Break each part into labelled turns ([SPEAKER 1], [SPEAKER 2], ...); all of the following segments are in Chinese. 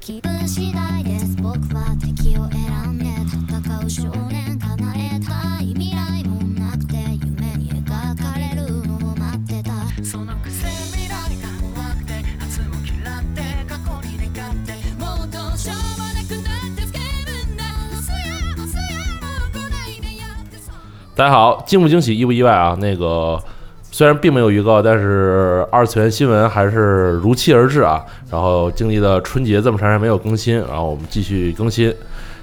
[SPEAKER 1] 気分次第です僕は敵を選んで戦う少年叶えたい未来もなくて夢に描かれるのを待ってた
[SPEAKER 2] そのくせ未来が怖くて初を嫌って過去に願ってもうどうしようもなくなって叫ぶんだ薄や薄やもう来ないでやってそう
[SPEAKER 3] 大家好，惊不惊喜，意不意外啊？那个虽然并没有预告，但是二次元新闻还是如期而至啊。然后经历了春节这么长时间没有更新，然后我们继续更新。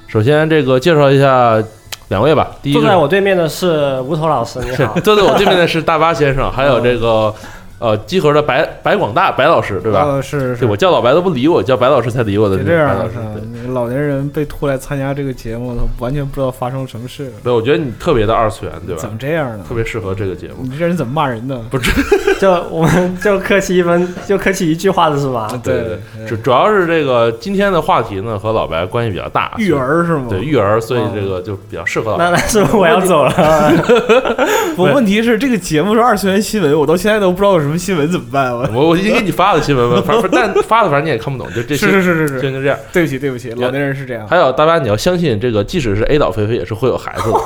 [SPEAKER 3] 首先，这个介绍一下两位吧。第一
[SPEAKER 4] 坐
[SPEAKER 3] 个。
[SPEAKER 4] 在我对面的是吴头老师，你 好
[SPEAKER 3] 坐在我对面的是大巴先生，
[SPEAKER 5] 哦
[SPEAKER 3] 还有这个呃集合的白白广大白老师，对吧？
[SPEAKER 5] 呃，是
[SPEAKER 3] 对
[SPEAKER 5] 是
[SPEAKER 3] 我，叫老白都不理我，叫白老师才理我的
[SPEAKER 5] 别
[SPEAKER 3] 那
[SPEAKER 5] 这样
[SPEAKER 3] 种白老
[SPEAKER 5] 啊
[SPEAKER 3] 师。对，
[SPEAKER 5] 老年人被拖来参加这个节目，他完全不知道发生什么事了，
[SPEAKER 3] 对，我觉得你特别的二次元，对吧
[SPEAKER 5] 怎？么这样呢
[SPEAKER 3] 特？别适合这个节目。
[SPEAKER 5] 你这人怎么骂人呢？
[SPEAKER 4] 就我们就客气一分，就客气一句话的是吧？
[SPEAKER 3] 啊对对
[SPEAKER 5] 呃
[SPEAKER 3] 对，主主要是这个今天的话题呢和老白关系比较大，
[SPEAKER 5] 育
[SPEAKER 3] 所以
[SPEAKER 5] 儿哦是吗？
[SPEAKER 3] 对育儿，所以这个就比较适合老白。
[SPEAKER 4] 那 那是不是我要走了？
[SPEAKER 5] 不，问题是这个节目是二次元新闻，我到现在都不知道有什么新闻怎么办。我
[SPEAKER 3] 我我已经给你发了新闻了，反正 但发的反正你也看不懂，就这
[SPEAKER 5] 是
[SPEAKER 3] 些
[SPEAKER 5] 是是是，
[SPEAKER 3] 就是就这样。
[SPEAKER 5] 对不起对不起，老年人是这样。
[SPEAKER 3] 还有大家你要相信这个，即使是 A 岛菲菲也是会有孩 子的。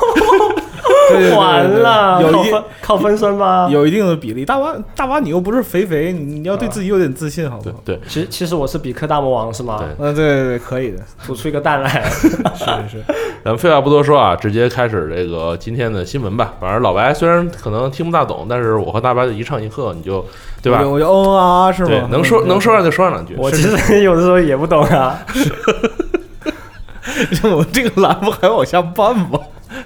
[SPEAKER 5] 对对对对对
[SPEAKER 4] 完了，
[SPEAKER 5] 有
[SPEAKER 4] 靠
[SPEAKER 5] 一定
[SPEAKER 4] 分靠分身吗？
[SPEAKER 5] 有一定的比例。大巴大巴，你又不是肥肥，你你要
[SPEAKER 3] 啊
[SPEAKER 5] 对自己有点自信，好不
[SPEAKER 3] 对
[SPEAKER 5] 好？
[SPEAKER 3] 对，
[SPEAKER 4] 其实其实我是比克大魔王是吗？
[SPEAKER 3] 对
[SPEAKER 5] 嗯，对对对，可 以的，
[SPEAKER 4] 吐出一个蛋来。
[SPEAKER 5] 是是是，
[SPEAKER 3] 咱们废话不多说啊，直接开始这个今天的新闻吧。反正老白虽然可能听不大懂，但是我和大白就一唱一和，你就对吧？
[SPEAKER 5] 我就嗯啊啊，是
[SPEAKER 3] 对
[SPEAKER 5] 吗？，
[SPEAKER 3] 能说
[SPEAKER 5] 嗯
[SPEAKER 3] 能说上就说上两句。
[SPEAKER 4] 我其实 有的时候也不懂啊。
[SPEAKER 5] 我这个栏目还往下办吗？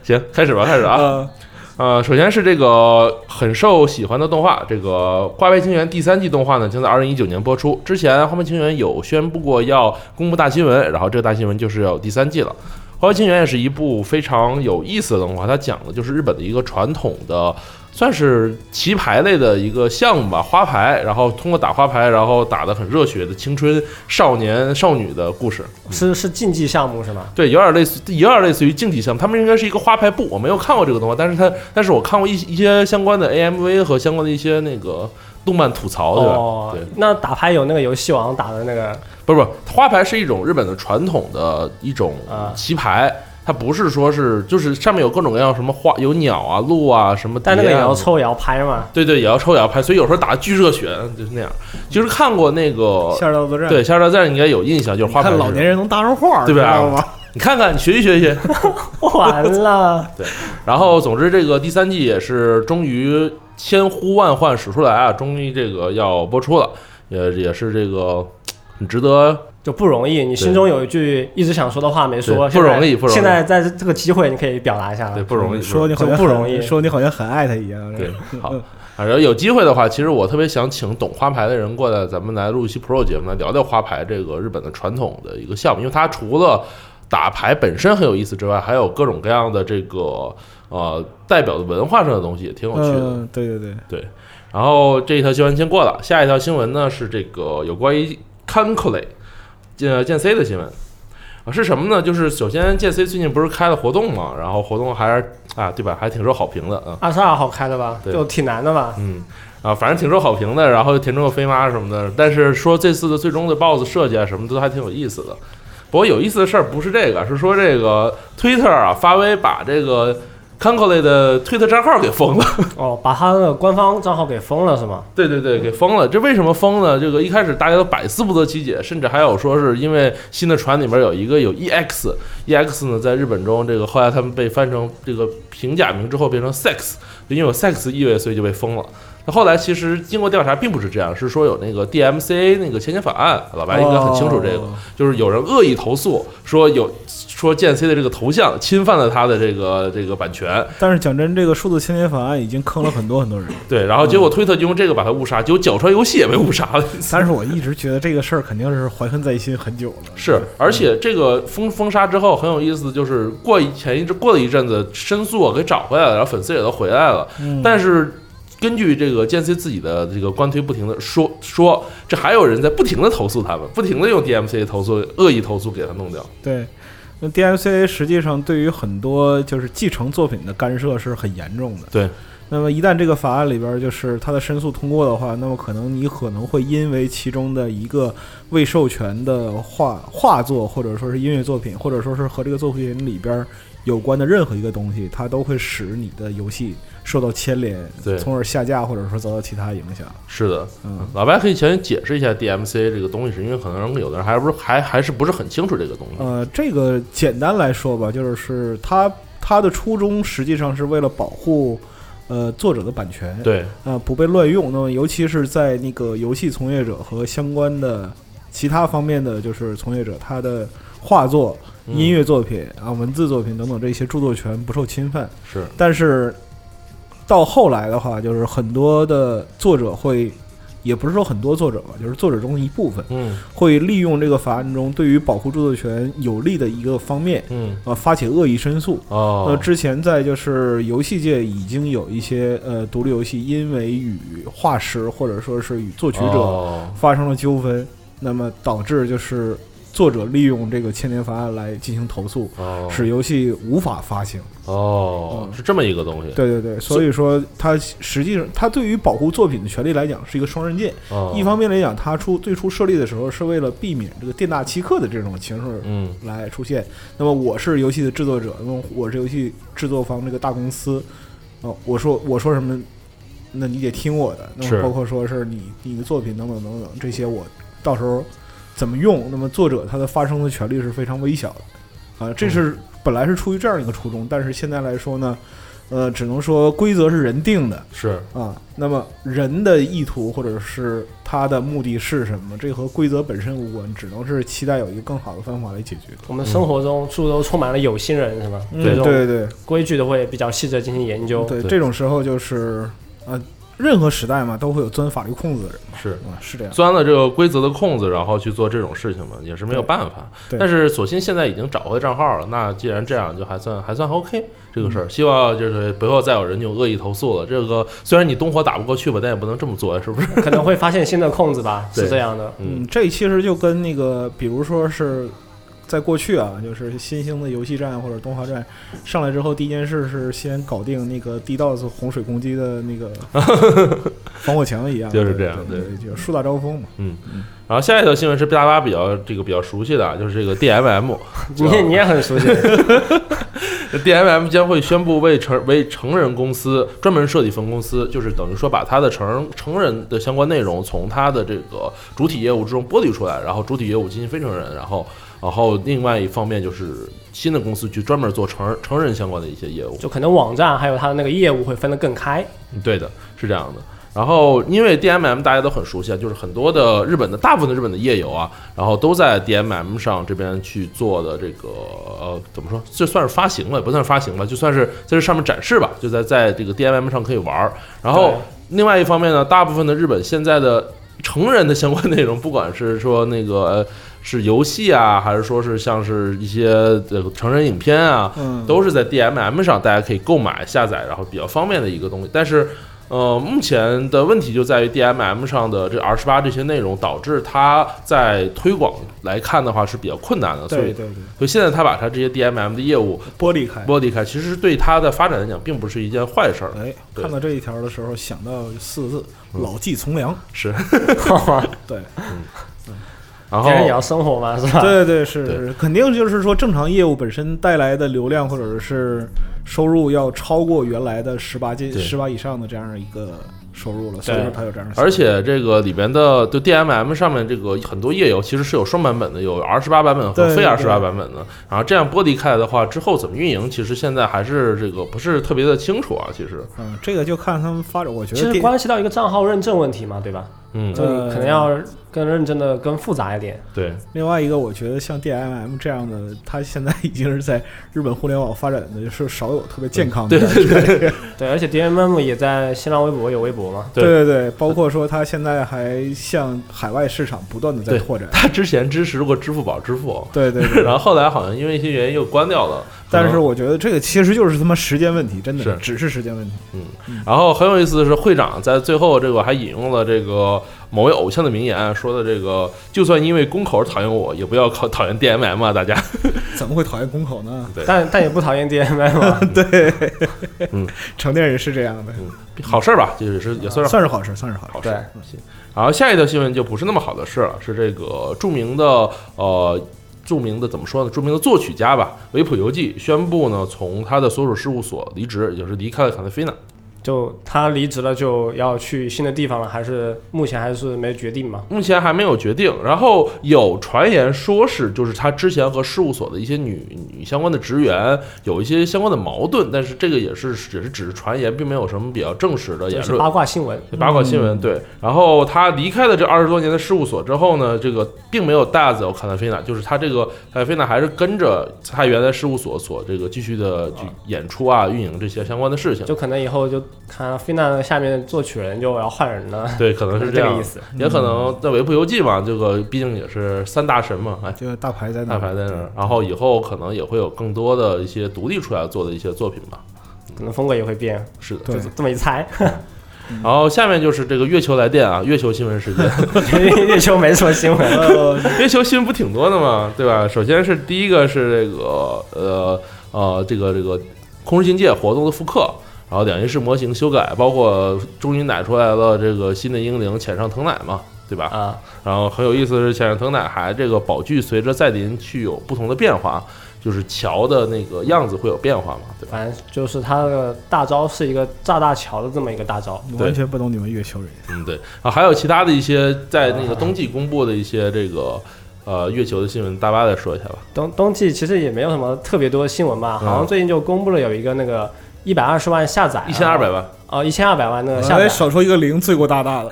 [SPEAKER 3] 行，开始吧，开始啊。
[SPEAKER 5] 啊，
[SPEAKER 3] 呃，首先是这个很受喜欢的动画，这个《花边情缘》第三季动画呢，将在二零一九年播出。之前《花边情缘》有宣布过要公布大新闻，然后这个大新闻就是要有第三季了。《花边情缘》也是一部非常有意思的动画，它讲的就是日本的一个传统的，算是棋牌类的一个项目吧，花牌，然后通过打花牌，然后打得很热血的青春少年少女的故事。
[SPEAKER 4] 是是竞技项目是吗？
[SPEAKER 3] 对，有点类似，有点类似于竞技项目。他们应该是一个花牌部，我没有看过这个动画，但是它，但是我看过一一些相关的 AMV 和相关的一些那个动漫吐槽，对吧？
[SPEAKER 4] 哦
[SPEAKER 3] 对，
[SPEAKER 4] 那打牌有那个游戏王打的那个
[SPEAKER 3] 不是不是，花牌是一种日本的传统的一种
[SPEAKER 4] 啊
[SPEAKER 3] 棋牌，它不是说是就是上面有各种各样什么花，有鸟啊、鹿啊什么蝶啊，
[SPEAKER 4] 但那个也要抽也要 拍嘛。
[SPEAKER 3] 对对，也要抽也要拍，所以有时候打得巨热血，就是那样。其实看过那个
[SPEAKER 5] 下道作战，
[SPEAKER 3] 哦对《夏日大战》，应该有印象，就是花牌
[SPEAKER 5] 看
[SPEAKER 3] 是
[SPEAKER 5] 老年人能搭上话儿，
[SPEAKER 3] 对吧
[SPEAKER 5] 知道吗？
[SPEAKER 3] 你看看，你学习学习。
[SPEAKER 4] 完了，
[SPEAKER 3] 然后，总之这个第三季也是终于千呼万唤始出来啊，终于这个要播出了，也也是这个很值得。
[SPEAKER 4] 就不容易。你心中有一句一直想说的话没说，
[SPEAKER 3] 对
[SPEAKER 4] 现在
[SPEAKER 3] 不容易不容易
[SPEAKER 4] 现在在这个机会，你可以表达一下
[SPEAKER 3] 对，
[SPEAKER 4] 了。
[SPEAKER 3] 哎不容易。
[SPEAKER 5] 说你
[SPEAKER 3] 不
[SPEAKER 5] 好像
[SPEAKER 4] 这不容易
[SPEAKER 5] 很说你好像很爱他一样。
[SPEAKER 3] 容易对
[SPEAKER 5] 是吧，
[SPEAKER 3] 好。反正有机会的话，其实我特别想请懂花牌的人过来，咱们来录一期 Pro 节目，来聊聊花牌这个日本的传统的一个项目，因为它除了打牌本身很有意思之外，还有各种各样的这个呃代表的文化上的东西，也挺有趣的。
[SPEAKER 5] 嗯，对对对，
[SPEAKER 3] 然后这一条新闻先过了，下一条新闻呢是这个有关于 Cancole，呃剑 C 的新闻啊是什么呢？就是首先剑 C 最近不是开了活动嘛，然后活动还是啊对吧，还挺受好评的啊，
[SPEAKER 4] 二十二号开的吧，
[SPEAKER 3] 对
[SPEAKER 4] 就挺难 的吧？
[SPEAKER 3] 嗯啊反正挺受好评的，然后田中佑飞妈什么的，但是说这次的最终的 BOSS 设计啊什么的都还挺有意思的。不过有意思的事儿不是这个，是说这个 Twitter 啊发威把这个 Cancole 的 Twitter 账号给封了。
[SPEAKER 4] 哦，把他的官方账号给封了是吗？
[SPEAKER 3] 对对对，给封了。这为什么封呢？这个一开始大家都百思不得其解，甚至还有说是因为新的船里面有一个有 EX，EX 呢在日本中这个后来他们被翻成这个平假名之后变成 sex，就因为有 sex 意味，所以就被封了。那后来其实经过调查，并不是这样，是说有那个 DMCA 那个前前法案，老白应该很清楚这个，
[SPEAKER 5] 哦
[SPEAKER 3] 就是有人恶意投诉说有说剑 C 的这个头像侵犯了他的这个这个版权，
[SPEAKER 5] 但是讲真，这个数字青年法案已经坑了很多很 多人。
[SPEAKER 3] 对，然后结果推特就用这个把他误杀，结果角川游戏也被误杀了。
[SPEAKER 5] 但是我一直觉得这个事儿肯定是怀恨在心很久了。
[SPEAKER 3] 是，而且这个封封杀之后很有意思，就是过一前一阵过了一阵子，申诉啊给找回来了，然后粉丝也都回来了。
[SPEAKER 5] 嗯，
[SPEAKER 3] 但是根据这个剑 C 自己的这个官推，不停的说说，这还有人在不停的投诉他们，不停的用 DMC 投诉，恶意投诉给他弄掉。
[SPEAKER 5] 对。那 DMCA 实际上对于很多就是继承作品的干涉是很严重的。
[SPEAKER 3] 对，
[SPEAKER 5] 那么一旦这个法案里边儿就是它的申诉通过的话，那么可能你可能会因为其中的一个未授权的画画作，或者说是音乐作品，或者说是和这个作品里边儿有关的任何一个东西，它都会使你的游戏受到牵连
[SPEAKER 3] 对，
[SPEAKER 5] 从而下架或者说遭到其他影响。
[SPEAKER 3] 是的，
[SPEAKER 5] 嗯，
[SPEAKER 3] 老白可以先解释一下 DMC 这个东西，是因为可能有的人还不是还还是不是很清楚这个东西。
[SPEAKER 5] 呃，这个简单来说吧，就是是它它的初衷实际上是为了保护呃作者的版权。
[SPEAKER 3] 对，
[SPEAKER 5] 呃不被乱用。那么尤其是在那个游戏从业者和相关的其他方面的就是从业者，他的画作、
[SPEAKER 3] 嗯
[SPEAKER 5] 音乐作品啊、文字作品等等这些著作权不受侵犯。
[SPEAKER 3] 是
[SPEAKER 5] 但是到后来的话，就是很多的作者会。也不是说很多作者吧，就是作者中的一部分
[SPEAKER 3] 嗯
[SPEAKER 5] 会利用这个法案中对于保护著作权有利的一个方面，
[SPEAKER 3] 嗯
[SPEAKER 5] 呃，发起恶意申诉，那
[SPEAKER 3] 哦，
[SPEAKER 5] 之前在就是游戏界已经有一些呃独立游戏，因为与画师或者说是与作曲者
[SPEAKER 3] 哦
[SPEAKER 5] 发生了纠纷，那么导致就是作者利用这个牵连法案来进行投诉，
[SPEAKER 3] 哦
[SPEAKER 5] 使游戏无法发行。
[SPEAKER 3] 哦，是这么一个东西。
[SPEAKER 5] 对对对，所以说它实际上它对于保护作品的权利来讲是一个双刃剑。
[SPEAKER 3] 哦
[SPEAKER 5] 一方面来讲，它出最初设立的时候是为了避免这个店大欺客的这种情势
[SPEAKER 3] 嗯
[SPEAKER 5] 来出现。那么我是游戏的制作者，那么我是游戏制作方这个大公司，哦、我说我说什么，那你得听我的。那
[SPEAKER 3] 是
[SPEAKER 5] 么包括说是你你的作品等等等等这些，我到时候怎么用？那么作者他的发声的权利是非常微小的，啊、这
[SPEAKER 3] 嗯
[SPEAKER 5] 是本来是出于这样一个初衷，但是现在来说呢，呃，只能说规则是人定的。
[SPEAKER 3] 是
[SPEAKER 5] 啊，那么人的意图或者是他的目的是什么，这和规则本身无关，只能是期待有一个更好的方法来解决。
[SPEAKER 4] 我们生活中处都充满了有心人，是吧？
[SPEAKER 5] 嗯
[SPEAKER 4] 这
[SPEAKER 5] 对
[SPEAKER 4] 种
[SPEAKER 5] 对对
[SPEAKER 4] 规矩都会比较细致进行研究。
[SPEAKER 5] 对，
[SPEAKER 3] 对
[SPEAKER 5] 这种时候就是呃，任何时代嘛，都会有钻法律空子的人
[SPEAKER 3] 是。
[SPEAKER 5] 嘛，是这样。
[SPEAKER 3] 钻了这个规则的空子，然后去做这种事情嘛，也是没有办法。
[SPEAKER 5] 对对
[SPEAKER 3] 但是索性现在已经找回账号了，那既然这样，就还算还算 OK 这个事
[SPEAKER 5] 嗯
[SPEAKER 3] 儿。希望就是不要再有人有恶意投诉了。这个虽然你东火打不过去吧，但也不能这么做，是不是？
[SPEAKER 4] 可能会发现新的空子 吧，
[SPEAKER 3] 对
[SPEAKER 4] 是这样的。
[SPEAKER 3] 嗯，
[SPEAKER 5] 这其实就跟那个，比如说是在过去啊，就是新兴的游戏站或者动画站上来之后，第一件事是先搞定那个 DDoS 洪水攻击的那个 防火墙一样，
[SPEAKER 3] 就是
[SPEAKER 5] 对
[SPEAKER 3] 这样
[SPEAKER 5] 对
[SPEAKER 3] 对，
[SPEAKER 5] 就树大招风嘛。
[SPEAKER 3] 然后下一条新闻是大家比较这个比较熟悉的啊，就是这个 DMM，
[SPEAKER 4] 你也你也 很熟悉，
[SPEAKER 3] DMM 将会宣布为成为成人公司专门设计分公司，就是等于说把它的成成人的相关内容从它的这个主体业务之中剥离出来，然后主体业务进行非成人，然后然后另外一方面就是新的公司去专门做成人成人相关的一些业务。
[SPEAKER 4] 就可能网站还有它的那个业务会分得 更开。
[SPEAKER 3] 嗯对的，是这样的。然后，因为 DMM 大家都很熟悉啊，就是很多的日本的大部分的日本的页游啊，然后都在 DMM 上这边去做的这个呃，怎么说？这算是发行了，也不算是发行了，就算是在这上面展示吧，就在在这个 DMM 上可以玩儿。然后
[SPEAKER 4] 对，
[SPEAKER 3] 另外一方面呢，大部分的日本现在的成人的相关内容，不管是说那个、呃、是游戏啊，还是说是像是一些这个成人影片啊，
[SPEAKER 5] 嗯，
[SPEAKER 3] 都是在 DMM 上，大家可以购买、下载，然后比较方便的一个东西。但是，呃，目前的问题就在于 DMM 上的这 R 十八这些内容，导致它在推广来看的话是比较困难的。所
[SPEAKER 5] 对
[SPEAKER 3] 以，
[SPEAKER 5] 对对，
[SPEAKER 3] 所以现在它把它这些 DMM 的业务
[SPEAKER 5] 剥离开。
[SPEAKER 3] 剥离开，其实是对它的发展来讲，并不是一件坏事儿。
[SPEAKER 5] 哎，
[SPEAKER 3] 对嗯
[SPEAKER 5] 看到这一条的时候，想到四个字：老骥从良。
[SPEAKER 3] 是，嗯
[SPEAKER 5] 对，
[SPEAKER 3] 然后
[SPEAKER 4] 哦别人也要生活嘛，是吧？
[SPEAKER 5] 对对是
[SPEAKER 3] 对
[SPEAKER 5] 是，肯定就是说，正常业务本身带来的流量或者是收入要超过原来的十八进
[SPEAKER 3] 对
[SPEAKER 5] 十八以上的这样一个收入了，所以说它有这样的。
[SPEAKER 3] 而且这个里边的就 DMM 上面这个很多页游其实是有双版本的，有 R 十八版本和
[SPEAKER 5] 对
[SPEAKER 3] 非
[SPEAKER 5] 对
[SPEAKER 3] R 十
[SPEAKER 5] 对
[SPEAKER 3] 八版本的。然后这样剥离开来的话，之后怎么运营，其实现在还是这个不是特别的清楚啊。其实，
[SPEAKER 5] 嗯，这个就看他们发展。我觉
[SPEAKER 4] 其
[SPEAKER 5] 得
[SPEAKER 4] 实
[SPEAKER 5] 电
[SPEAKER 4] 关系到一个账号认证问题嘛，对吧？
[SPEAKER 3] 嗯，
[SPEAKER 4] 就你可能要更认真的、更复杂一点。
[SPEAKER 3] 对，
[SPEAKER 5] 另外一个，我觉得像 DMM 这样的，它现在已经是在日本互联网发展的，就是少有特别健康的。
[SPEAKER 3] 嗯对对对
[SPEAKER 4] 对，而且 DMM 也在新浪微博有微博嘛，
[SPEAKER 3] 对
[SPEAKER 5] 对对，包括说它现在还向海外市场不断的在
[SPEAKER 3] 对
[SPEAKER 5] 拓展。
[SPEAKER 3] 他之前支持过支付宝支付，
[SPEAKER 5] 对对对，
[SPEAKER 3] 然后后来好像因为一些原因又关掉了。可能
[SPEAKER 5] 但是我觉得这个其实就是他妈时间问题，真的
[SPEAKER 3] 是
[SPEAKER 5] 只是时间问题。
[SPEAKER 3] 然后很有意思的是，会长在最后这个还引用了这个某位偶像的名言，说的这个就算因为宫口讨厌我，也不要考讨厌 DMM 啊，大家。
[SPEAKER 5] 怎么会讨厌宫口呢？
[SPEAKER 4] 但但也不讨厌 DMM 啊。
[SPEAKER 5] 成年人是这样的，
[SPEAKER 3] 好事儿吧，这也是也算是
[SPEAKER 5] 算是好事，算是好事。
[SPEAKER 3] 好事。嗯行然后下一条新闻就不是那么好的事了，是这个著名的呃。著名的怎么说呢？著名的作曲家吧，维普游记宣布呢，从他的所属事务所离职，也就是离开了卡特菲娜。
[SPEAKER 4] 就他离职了，就要去新的地方了，还是目前还是没决定嘛？
[SPEAKER 3] 目前还没有决定。然后有传言说是，就是他之前和事务所的一些女女相关的职员有一些相关的矛盾，但是这个也是只是只是传言，并没有什么比较证实的
[SPEAKER 4] 这
[SPEAKER 3] 言
[SPEAKER 4] 是
[SPEAKER 3] 论。
[SPEAKER 4] 八卦新闻。
[SPEAKER 3] 八卦新闻对，然后他离开了这二十多年的事务所之后呢，这个并没有带走卡塔菲娜，就是他这个卡塔菲娜还是跟着他原来事务所所这个继续的去演出啊、运营这些相关的事情。
[SPEAKER 4] 就可能以后就看菲娜下面作曲人就要换人了，
[SPEAKER 3] 对，可能
[SPEAKER 4] 可
[SPEAKER 3] 是
[SPEAKER 4] 能是
[SPEAKER 3] 这
[SPEAKER 4] 这
[SPEAKER 3] 样
[SPEAKER 4] 个意，思。
[SPEAKER 3] 也可能在《维普游记》嘛，这个毕竟也是三大神嘛，哎，
[SPEAKER 5] 这个大牌在哪
[SPEAKER 3] 大
[SPEAKER 5] 儿？
[SPEAKER 3] 牌在那儿，然后以后可能也会有更多的一些独立出来做的一些作品吧。
[SPEAKER 4] 可能风格也会变，
[SPEAKER 3] 是的，
[SPEAKER 5] 对
[SPEAKER 4] 就这么一猜，
[SPEAKER 3] 然后下面就是这个月球来电啊，月球新闻时间。
[SPEAKER 4] 月球没什么新闻。
[SPEAKER 5] 呃
[SPEAKER 3] 月球新闻不挺多的嘛，对吧？首先是第一个是这个呃呃这个这个空之境界活动的复刻，然后两仪式模型修改，包括终于奶出来了这个新的英灵浅上藤乃嘛，对吧？
[SPEAKER 4] 啊，
[SPEAKER 3] 然后很有意思的是，浅上藤乃还这个宝具随着赛琳去有不同的变化，就是桥的那个样子会有变化嘛，对吧？
[SPEAKER 4] 反正就是他的大招是一个炸大桥的这么一个大招，
[SPEAKER 5] 我
[SPEAKER 3] 对
[SPEAKER 5] 完全不懂你们月球人。
[SPEAKER 3] 嗯，对啊，还有其他的一些在那个冬季公布的一些这个呃月球的新闻，大巴再说一下吧。
[SPEAKER 4] 冬冬季其实也没有什么特别多的新闻吧，
[SPEAKER 3] 嗯
[SPEAKER 4] 好像最近就公布了有一个那个一百二十万下载，
[SPEAKER 3] 一千二百万，
[SPEAKER 4] 哦，一千二百万那个下载
[SPEAKER 5] 哎，，少说一个零，罪过大大的。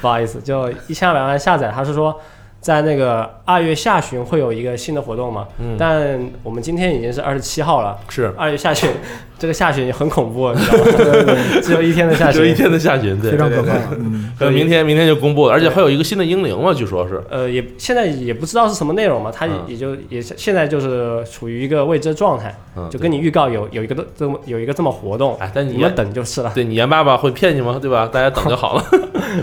[SPEAKER 4] 不好意思，就一千二百万下载，他是说在那个二月下旬会有一个新的活动嘛，
[SPEAKER 3] 嗯
[SPEAKER 4] 但我们今天已经是二十七号了。
[SPEAKER 3] 是
[SPEAKER 4] 二月下旬，这个下旬很恐怖，你知道吗？ 只有一天的下
[SPEAKER 3] 就一
[SPEAKER 4] 旬，
[SPEAKER 3] 天的下旬，对，
[SPEAKER 5] 非常可怕。 嗯，
[SPEAKER 3] 可能明天明天就公布了，而且会有一个新的英灵嘛，据说是。
[SPEAKER 4] 呃，也现在也不知道是什么内容嘛，它也
[SPEAKER 3] 嗯
[SPEAKER 4] 也就也现在就是处于一个未知状态，
[SPEAKER 3] 嗯
[SPEAKER 4] 就跟你预告有有一个这么有一个这么活动，
[SPEAKER 3] 哎但你
[SPEAKER 4] 你们等就 是了，
[SPEAKER 3] 对你严爸爸会骗你吗？对吧？大家等就 好了。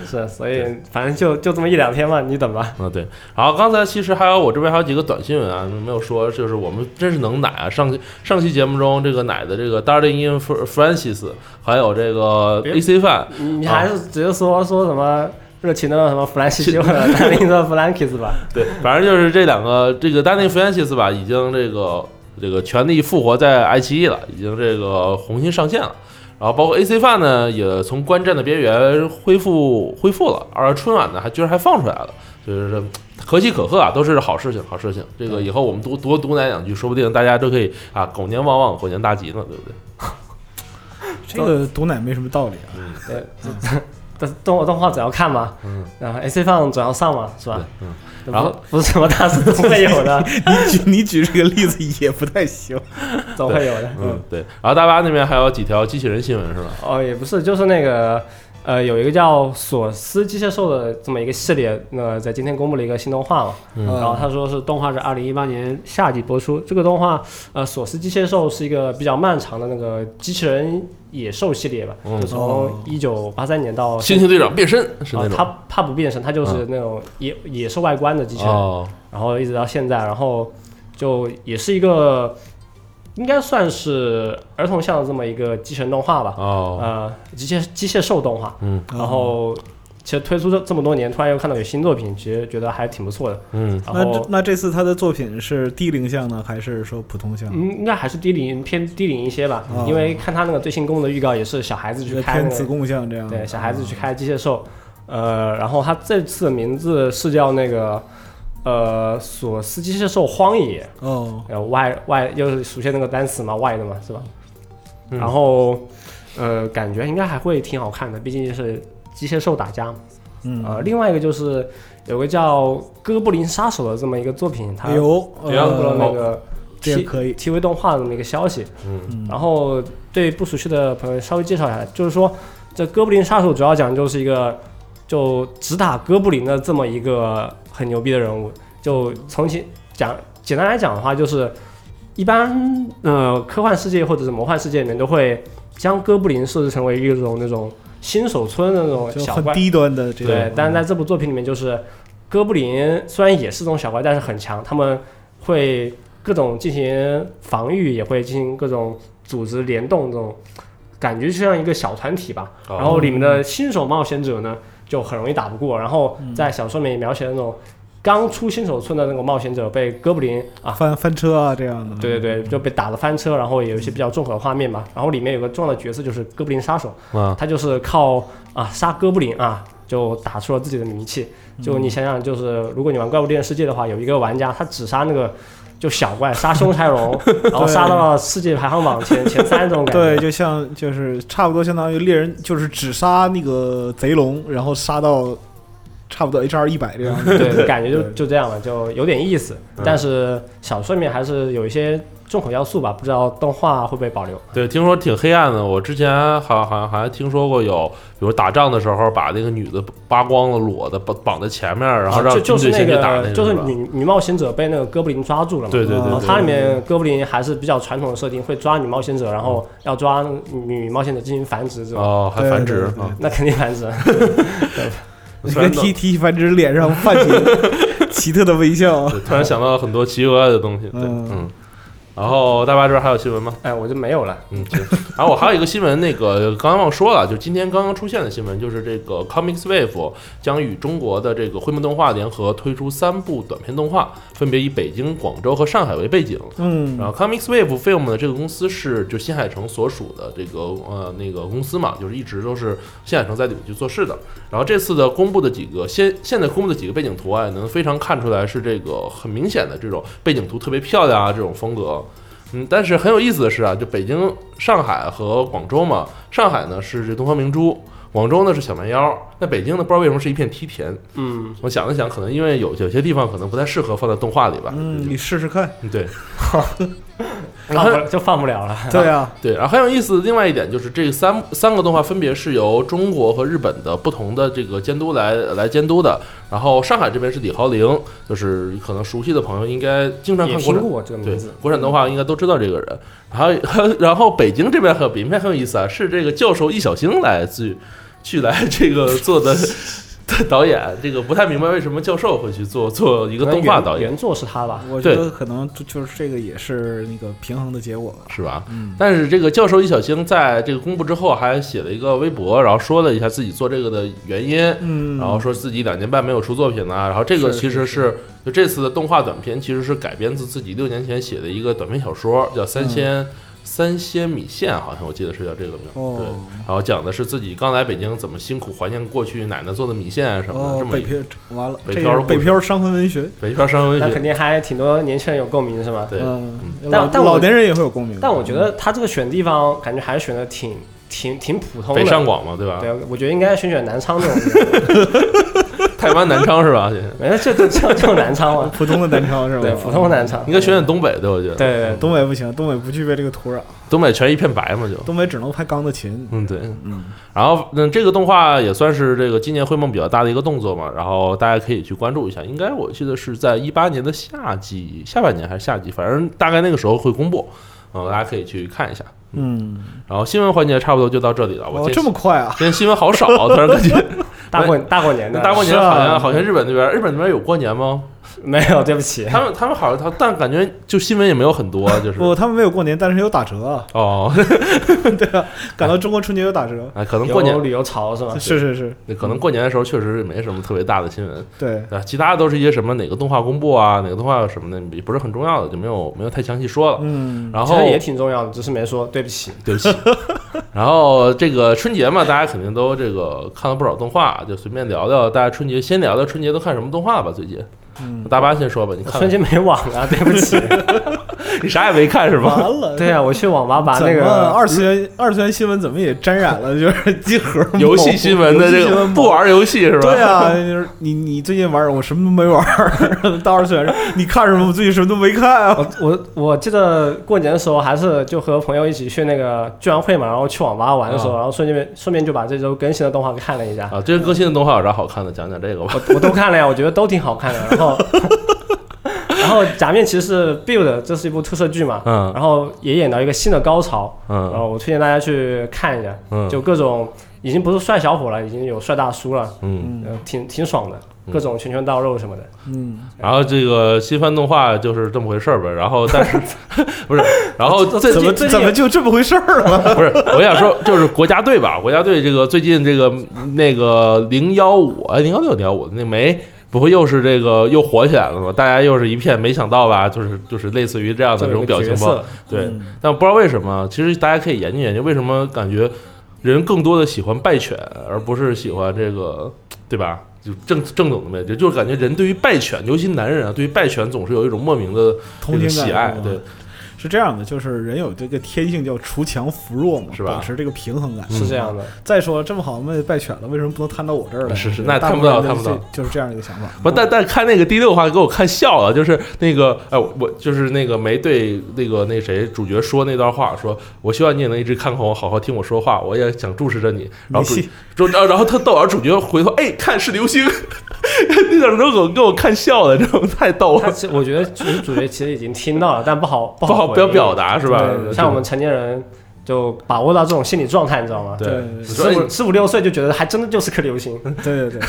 [SPEAKER 4] 是，啊所以反正就就这么一两天嘛，你等吧。
[SPEAKER 3] 嗯，对。然后刚才其实还有我这边还有几个短新闻啊，没有说，就是我们真是能奶啊。上上期节目中，这个奶的这个 Darling in Fr- Francis，还有这个
[SPEAKER 4] 别
[SPEAKER 3] AC 范，
[SPEAKER 4] 你你还是直接说、说什么热情的什么弗兰西西或者丹尼的弗兰基斯吧，
[SPEAKER 3] 对，反正就是这两个，这个 Darling Francis 吧，已经这个这个全力复活在爱奇艺了，已经这个重新上线了。然后包括 AC 范呢，也从观战的边缘恢复恢复了，而春晚呢还居然还放出来了，就是可喜可贺啊，都是好事情，好事情。这个以后我们多多多奶两句，说不定大家都可以啊，狗年旺旺，狗年大吉呢，对不对？
[SPEAKER 5] 这个毒奶没什么道理啊。
[SPEAKER 4] 对，但是动动画总要看嘛，
[SPEAKER 3] 嗯
[SPEAKER 4] 然后 AC 放总要上嘛，是吧？
[SPEAKER 3] 对，嗯，
[SPEAKER 4] 不
[SPEAKER 3] 然后
[SPEAKER 4] 不是什么大事总会有 的，
[SPEAKER 5] 你举你举这个例子也不太行。
[SPEAKER 4] 总会有的。
[SPEAKER 3] 嗯，对。然后大巴那边还有几条机器人新闻是吧？
[SPEAKER 4] 哦，也不是，就是那个呃，有一个叫索斯机械兽的这么一个系列，呃，在今天公布了一个新动画嘛。
[SPEAKER 3] 嗯
[SPEAKER 4] 然后他说是动画是二零一八年夏季播出。这个动画，呃，索斯机械兽是一个比较漫长的那个机器人野兽系列吧，
[SPEAKER 3] 嗯
[SPEAKER 4] 就从
[SPEAKER 5] 哦
[SPEAKER 4] 一九八三年到
[SPEAKER 3] 猩猩队长变身是那
[SPEAKER 4] 哦啊，
[SPEAKER 3] 种
[SPEAKER 4] 它它不变身，它就是那种野、野兽外观的机器人。
[SPEAKER 3] 嗯哦，
[SPEAKER 4] 然后一直到现在，然后就也是一个应该算是儿童向的这么一个机器人动画吧，
[SPEAKER 3] 哦，
[SPEAKER 4] 呃，机械机械兽动画。
[SPEAKER 3] 嗯
[SPEAKER 4] 然后其实推出这这么多年，突然又看到有新作品，其实觉得还挺不错的。
[SPEAKER 3] 嗯，
[SPEAKER 4] 然
[SPEAKER 5] 那这
[SPEAKER 4] 后
[SPEAKER 5] 那这次他的作品是低龄向呢，还是说普通向？
[SPEAKER 4] 嗯，应该还是低龄偏低龄一些吧，
[SPEAKER 5] 哦
[SPEAKER 4] 因为看他那个最新公布的预告，也是小孩子
[SPEAKER 5] 就
[SPEAKER 4] 去
[SPEAKER 5] 是
[SPEAKER 4] 开那
[SPEAKER 5] 偏子
[SPEAKER 4] 个，
[SPEAKER 5] 贡向这样。
[SPEAKER 4] 对，小孩子去开机械兽。呃，然后他这次的名字是叫那个呃索斯机械兽荒野，
[SPEAKER 5] 哦，
[SPEAKER 4] 呃外外又是熟悉那个单词嘛，外的嘛，是吧？
[SPEAKER 3] 嗯
[SPEAKER 4] 然后呃，感觉应该还会挺好看的，毕竟是机械兽打架嘛。
[SPEAKER 5] 嗯，
[SPEAKER 4] 呃，另外一个就是有个叫《哥布林杀手》的这么一个作品，它
[SPEAKER 5] 哎
[SPEAKER 4] 公
[SPEAKER 5] 呦，
[SPEAKER 4] 布了那
[SPEAKER 5] 呃
[SPEAKER 4] 个
[SPEAKER 5] 这个
[SPEAKER 4] T
[SPEAKER 5] 可以
[SPEAKER 4] TV 动画的这么一个消息。
[SPEAKER 5] 嗯
[SPEAKER 4] 然后对不熟悉的朋友稍微介绍一下，就是说这《哥布林杀手》主要讲就是一个就只打哥布林的这么一个很牛逼的人物。就从前讲，简单来讲的话，就是一般呃科幻世界或者是魔幻世界里面都会将哥布林设置成为一种那种新手村的那种
[SPEAKER 5] 就
[SPEAKER 4] 小
[SPEAKER 5] 很
[SPEAKER 4] 怪
[SPEAKER 5] 低端的这
[SPEAKER 4] 对
[SPEAKER 5] 种。，嗯
[SPEAKER 4] 但是在这部作品里面，就是哥布林虽然也是这种小怪，但是很强，他们会各种进行防御，也会进行各种组织联动这种，感觉就像一个小团体吧。
[SPEAKER 3] 哦
[SPEAKER 4] 然后里面的新手冒险者呢，就很容易打不过。然后在小说里面也描写那种刚出新手村的那种冒险者被哥布林啊，
[SPEAKER 5] 翻翻车啊这样的。
[SPEAKER 4] 对对对，就被打了翻车，然后也有一些比较重口的画面吧。然后里面有个重要的角色就是哥布林杀手，
[SPEAKER 3] 啊，
[SPEAKER 4] 他就是靠啊杀哥布林啊，就打出了自己的名气。
[SPEAKER 3] 嗯
[SPEAKER 4] 就你想想，就是如果你玩《怪物猎人世界》的话，有一个玩家他只杀那个就小怪，杀凶柴 龙，然后杀到了世界排行榜前前三这种感
[SPEAKER 5] 对，
[SPEAKER 4] 觉。
[SPEAKER 5] 就像就是差不多相当于猎人，就是只杀那个贼龙，然后杀到差不多 HR 一百这样的。
[SPEAKER 4] 对，感觉就
[SPEAKER 5] 对
[SPEAKER 4] 就这样了，就有点意思。
[SPEAKER 3] 嗯
[SPEAKER 4] 但是小说里面还是有一些重口要素吧，不知道动画会不会保留。
[SPEAKER 3] 对，听说挺黑暗的。我之前好好像还听说过有，比如打仗的时候把那个女的扒光了、裸的绑绑在前面，然后让
[SPEAKER 4] 啊就
[SPEAKER 3] 军
[SPEAKER 4] 就是
[SPEAKER 3] 队先去打
[SPEAKER 4] 个，
[SPEAKER 3] 个，
[SPEAKER 4] 就是
[SPEAKER 3] 吧
[SPEAKER 4] 女女冒险者被那个哥布林抓住了嘛。
[SPEAKER 3] 对对对
[SPEAKER 4] 然后
[SPEAKER 3] 对
[SPEAKER 4] 呃它里面哥布林还是比较传统的设定，会抓女冒险者，然后要抓女冒险者进行繁殖，这种。
[SPEAKER 3] 嗯哦，还
[SPEAKER 5] 对
[SPEAKER 3] 繁
[SPEAKER 5] 对
[SPEAKER 3] 殖
[SPEAKER 5] 对
[SPEAKER 3] 啊，
[SPEAKER 4] 那肯定繁 殖。
[SPEAKER 5] 你看提提起繁殖，脸上泛起 奇特的微 笑。
[SPEAKER 3] 对突然想到很多奇奇怪怪的东西。对，
[SPEAKER 5] 嗯
[SPEAKER 3] 嗯。然后大巴这边还有新闻吗？
[SPEAKER 4] 哎，我就没有了。
[SPEAKER 3] 嗯，行。然后我还有一个新闻，那个刚刚忘说了，就今天刚刚出现的新闻，就是这个 Comics Wave 将与中国的这个绘梦动画联合推出三部短片动画，分别以北京、广州和上海为背景。
[SPEAKER 5] 嗯
[SPEAKER 3] 然后 Comics Wave Film 的这个公司是就新海诚所属的这个呃那个公司嘛，就是一直都是新海诚在里面去做事的。然后这次的公布的几个现现在公布的几个背景图案，能非常看出来是这个很明显的这种背景图特别漂亮啊这种风格。嗯，但是很有意思的是啊，就北京、上海和广州嘛，上海呢是这东方明珠，广州呢是小蛮腰，那北京呢不知道为什么是一片梯田。
[SPEAKER 4] 嗯，
[SPEAKER 3] 我想了想，可能因为有有些地方可能不太适合放在动画里吧。
[SPEAKER 5] 嗯，你试试看。
[SPEAKER 3] 对，然
[SPEAKER 4] 放
[SPEAKER 3] 后
[SPEAKER 4] 不就放不了了。
[SPEAKER 5] 对啊，
[SPEAKER 3] 对，然后很有意思的另外一点就是，这三三个动画分别是由中国和日本的不同的这个监督来来监督的。然后上海这边是李浩玲，就是可能熟悉的朋友应该经常
[SPEAKER 4] 也
[SPEAKER 3] 看国
[SPEAKER 4] 听
[SPEAKER 3] 产
[SPEAKER 4] 过这个名
[SPEAKER 3] 对
[SPEAKER 4] 字。
[SPEAKER 3] 国产动画应该都知道这个人。然后 然后北京这边很北京很有意思啊，是这个教授易小星来去去来这个做 的的导演，这个不太明白为什么教授会去做做一
[SPEAKER 4] 一
[SPEAKER 3] 个动画导演。
[SPEAKER 4] 原作是他吧？
[SPEAKER 5] 我觉得可能就就是这个也是那个平衡的结果吧。
[SPEAKER 3] 是吧？
[SPEAKER 5] 嗯，
[SPEAKER 3] 但是这个教授易小星在这个公布之后，还写了一个微博，然后说了一下自己做这个的原因，
[SPEAKER 5] 嗯，
[SPEAKER 3] 然后说自己两年半没有出作品了。然后这个
[SPEAKER 5] 是
[SPEAKER 3] 其
[SPEAKER 5] 是
[SPEAKER 3] 实是就这次的动画短片，其实是改编自自己六年前写的一个短篇小说，叫《三鲜、三鲜米线》，好像我记得是叫这个名。
[SPEAKER 5] 嗯哦
[SPEAKER 3] 对，然后讲的是自己刚来北京怎么辛苦怀念过去奶奶做的米线啊什么的，这
[SPEAKER 5] 哦，
[SPEAKER 3] 么
[SPEAKER 5] 北
[SPEAKER 3] 一
[SPEAKER 5] 漂完了，
[SPEAKER 3] 北
[SPEAKER 5] 这
[SPEAKER 3] 漂
[SPEAKER 5] 是
[SPEAKER 3] 故
[SPEAKER 5] 北
[SPEAKER 3] 事
[SPEAKER 5] 漂伤痕文学。
[SPEAKER 3] 北漂山文
[SPEAKER 4] 那肯
[SPEAKER 3] 学。
[SPEAKER 4] 定还挺多年轻人有共鸣是吗？
[SPEAKER 3] 对，
[SPEAKER 5] 嗯，
[SPEAKER 4] 但
[SPEAKER 5] 老
[SPEAKER 4] 但我
[SPEAKER 5] 老年人也会有共鸣。
[SPEAKER 4] 但我觉得他这个选地方感觉还是选的挺挺挺普通的。
[SPEAKER 3] 北上广嘛，对吧？
[SPEAKER 4] 对，我觉得应该选选南昌这种地方。
[SPEAKER 3] 台湾南昌是吧？
[SPEAKER 4] 没事，就就就就南昌嘛。
[SPEAKER 5] 普通的南昌是吧？
[SPEAKER 4] 对，普通的南昌。
[SPEAKER 3] 应该选选东北， 对，我觉得。
[SPEAKER 4] 对。对对，
[SPEAKER 5] 东北不行，东北不具备这个土壤，
[SPEAKER 3] 东北全一片白嘛，就。
[SPEAKER 5] 东北只能拍钢的琴。
[SPEAKER 3] 嗯，对，
[SPEAKER 5] 嗯，
[SPEAKER 3] 然后嗯，这个动画也算是这个今年绘梦比较大的一个动作嘛，然后大家可以去关注一下。应该我记得是在一八年的夏季、下半年还是夏季，反正大概那个时候会公布，嗯，大家可以去看一下。
[SPEAKER 5] 嗯，
[SPEAKER 3] 然后新闻环节差不多就到这里了。我
[SPEAKER 5] 哦，
[SPEAKER 3] 今天
[SPEAKER 5] 这么快啊？
[SPEAKER 3] 今天新闻好少啊，突然感觉
[SPEAKER 4] 大过大过年的，
[SPEAKER 3] 大过年
[SPEAKER 5] 是啊
[SPEAKER 3] 好像好像日本那边日本那边有过 年吗？
[SPEAKER 4] 没有，对不起。
[SPEAKER 5] 啊
[SPEAKER 3] 他们他们好像他但感觉就新闻也没有很多，就是
[SPEAKER 5] 不，他们没有过年，但是有打折啊。
[SPEAKER 3] 哦，
[SPEAKER 5] 对啊，赶到中国春节有打折。
[SPEAKER 3] 哎，可能过年
[SPEAKER 4] 有旅游潮是吗？
[SPEAKER 5] 是是是，
[SPEAKER 3] 可能过年的时候确实也没什么特别大的新闻。
[SPEAKER 5] 对，
[SPEAKER 3] 啊，其他的都是一些什么哪个动画公布啊，哪个动画有什么的，也不是很重要的，就没有没有太详细说了。
[SPEAKER 5] 嗯，
[SPEAKER 3] 然
[SPEAKER 4] 其
[SPEAKER 3] 后
[SPEAKER 4] 实也挺重要的，只是没说。对不起。
[SPEAKER 3] 对不起，然后这个春节嘛，大家肯定都这个看了不少动画，就随便聊聊。大家春节先聊聊春节都看什么动画吧，最近。
[SPEAKER 5] 嗯
[SPEAKER 3] 大巴先说吧，你看
[SPEAKER 4] 瞬间没网了，对不 起。
[SPEAKER 3] 你啥也没看是
[SPEAKER 5] 完
[SPEAKER 3] 吧？
[SPEAKER 5] 了。
[SPEAKER 4] 对啊，我去网吧把
[SPEAKER 5] 怎
[SPEAKER 4] 那
[SPEAKER 5] 么
[SPEAKER 4] 个
[SPEAKER 5] 二次元二次元新闻怎么也沾染了就是集合
[SPEAKER 3] 游戏新闻的
[SPEAKER 5] 啊游戏
[SPEAKER 3] 这
[SPEAKER 5] 新
[SPEAKER 3] 个
[SPEAKER 5] 闻
[SPEAKER 3] 不玩游戏是吧？
[SPEAKER 5] 对啊，就是你你最近玩儿，我什么都没玩儿。 到二次元，你看什么？我最近什么都没看啊。
[SPEAKER 4] 我我我记得过年的时候还是就和朋友一起去那个聚完会嘛，然后去网吧玩的时候，
[SPEAKER 3] 啊
[SPEAKER 4] 然后顺便顺便就把这周更新的动画给看了一下，
[SPEAKER 3] 啊，最近更新的动画有啥好看的？讲讲这个吧。
[SPEAKER 4] 我我都看了呀，我觉得都挺好看的。然后然后假面骑士 Build 这是一部特摄剧嘛，
[SPEAKER 3] 嗯
[SPEAKER 4] 然后也演到一个新的高潮，然
[SPEAKER 5] 哦
[SPEAKER 3] 嗯
[SPEAKER 4] 后我推荐大家去看一下，
[SPEAKER 3] 嗯
[SPEAKER 4] 就各种已经不是帅小伙了，已经有帅大叔了，
[SPEAKER 3] 嗯，
[SPEAKER 4] 呃，挺挺爽的。各种拳拳到肉什么的。
[SPEAKER 3] 啊
[SPEAKER 5] 嗯，
[SPEAKER 3] 然后这个新番动画就是这么回事儿吧。然后，但是不是？然后这
[SPEAKER 5] 怎么
[SPEAKER 4] 最近
[SPEAKER 5] 怎么就这么回事儿啊了？
[SPEAKER 3] 不是，我想说就是国家队吧，国家队这个最近这个那个零幺五，哎，零幺六、零幺五那没。不会又是这个又火起来了吗？大家又是一片没想到吧？就是就是类似于这样的
[SPEAKER 4] 这
[SPEAKER 3] 这种
[SPEAKER 4] 么一
[SPEAKER 3] 表
[SPEAKER 4] 个
[SPEAKER 3] 情
[SPEAKER 4] 角
[SPEAKER 3] 包，
[SPEAKER 4] 色，
[SPEAKER 3] 对
[SPEAKER 5] 嗯，
[SPEAKER 3] 但不知道为什么，其实大家可以研究研究，为什么感觉人更多的喜欢败犬，而不是喜欢这个，对吧？就正正统的魅力，就是感觉人对于败犬，尤其男人啊，对于败犬总是有一种莫名的
[SPEAKER 5] 同情
[SPEAKER 3] 这个
[SPEAKER 5] 感
[SPEAKER 3] 喜爱
[SPEAKER 5] 是，吧
[SPEAKER 3] 对，
[SPEAKER 5] 是这样的，就是人有这个天性叫锄强扶弱嘛，
[SPEAKER 3] 是吧
[SPEAKER 5] 保持这个平衡
[SPEAKER 3] 嗯
[SPEAKER 5] 感。
[SPEAKER 4] 是这样的。
[SPEAKER 5] 再说这么好的败犬了，为什么不能摊到我这儿来？
[SPEAKER 3] 是是那
[SPEAKER 5] 大
[SPEAKER 3] 摊
[SPEAKER 5] 部
[SPEAKER 3] 不到
[SPEAKER 5] 分人
[SPEAKER 3] 摊不到
[SPEAKER 5] 就，就是这样一个想法。
[SPEAKER 3] 不，但但看那个第六话给我看笑了，就是那个，哎，我我就是那个没对那个那谁主角说那段话，说我希望你也能一直看好我，好好听我说话，我也想注视着你。然后
[SPEAKER 5] 没戏
[SPEAKER 3] 主，然后然后他逗，然后主角回头，哎，看是流星， 那段时候给我给我看笑了，这种太逗
[SPEAKER 4] 他
[SPEAKER 3] 了，
[SPEAKER 4] 其我觉得主主角其实已经听到了，但不好不
[SPEAKER 3] 不好
[SPEAKER 4] 回
[SPEAKER 3] 不要
[SPEAKER 4] 应
[SPEAKER 3] 表达是吧
[SPEAKER 4] 对？像我们成年人就把握到这种心理状态，你知道吗？
[SPEAKER 3] 对，
[SPEAKER 5] 对
[SPEAKER 3] 你说
[SPEAKER 4] 十
[SPEAKER 3] 哎
[SPEAKER 4] 五十五六岁就觉得还真的就是颗流星，
[SPEAKER 5] 对对对，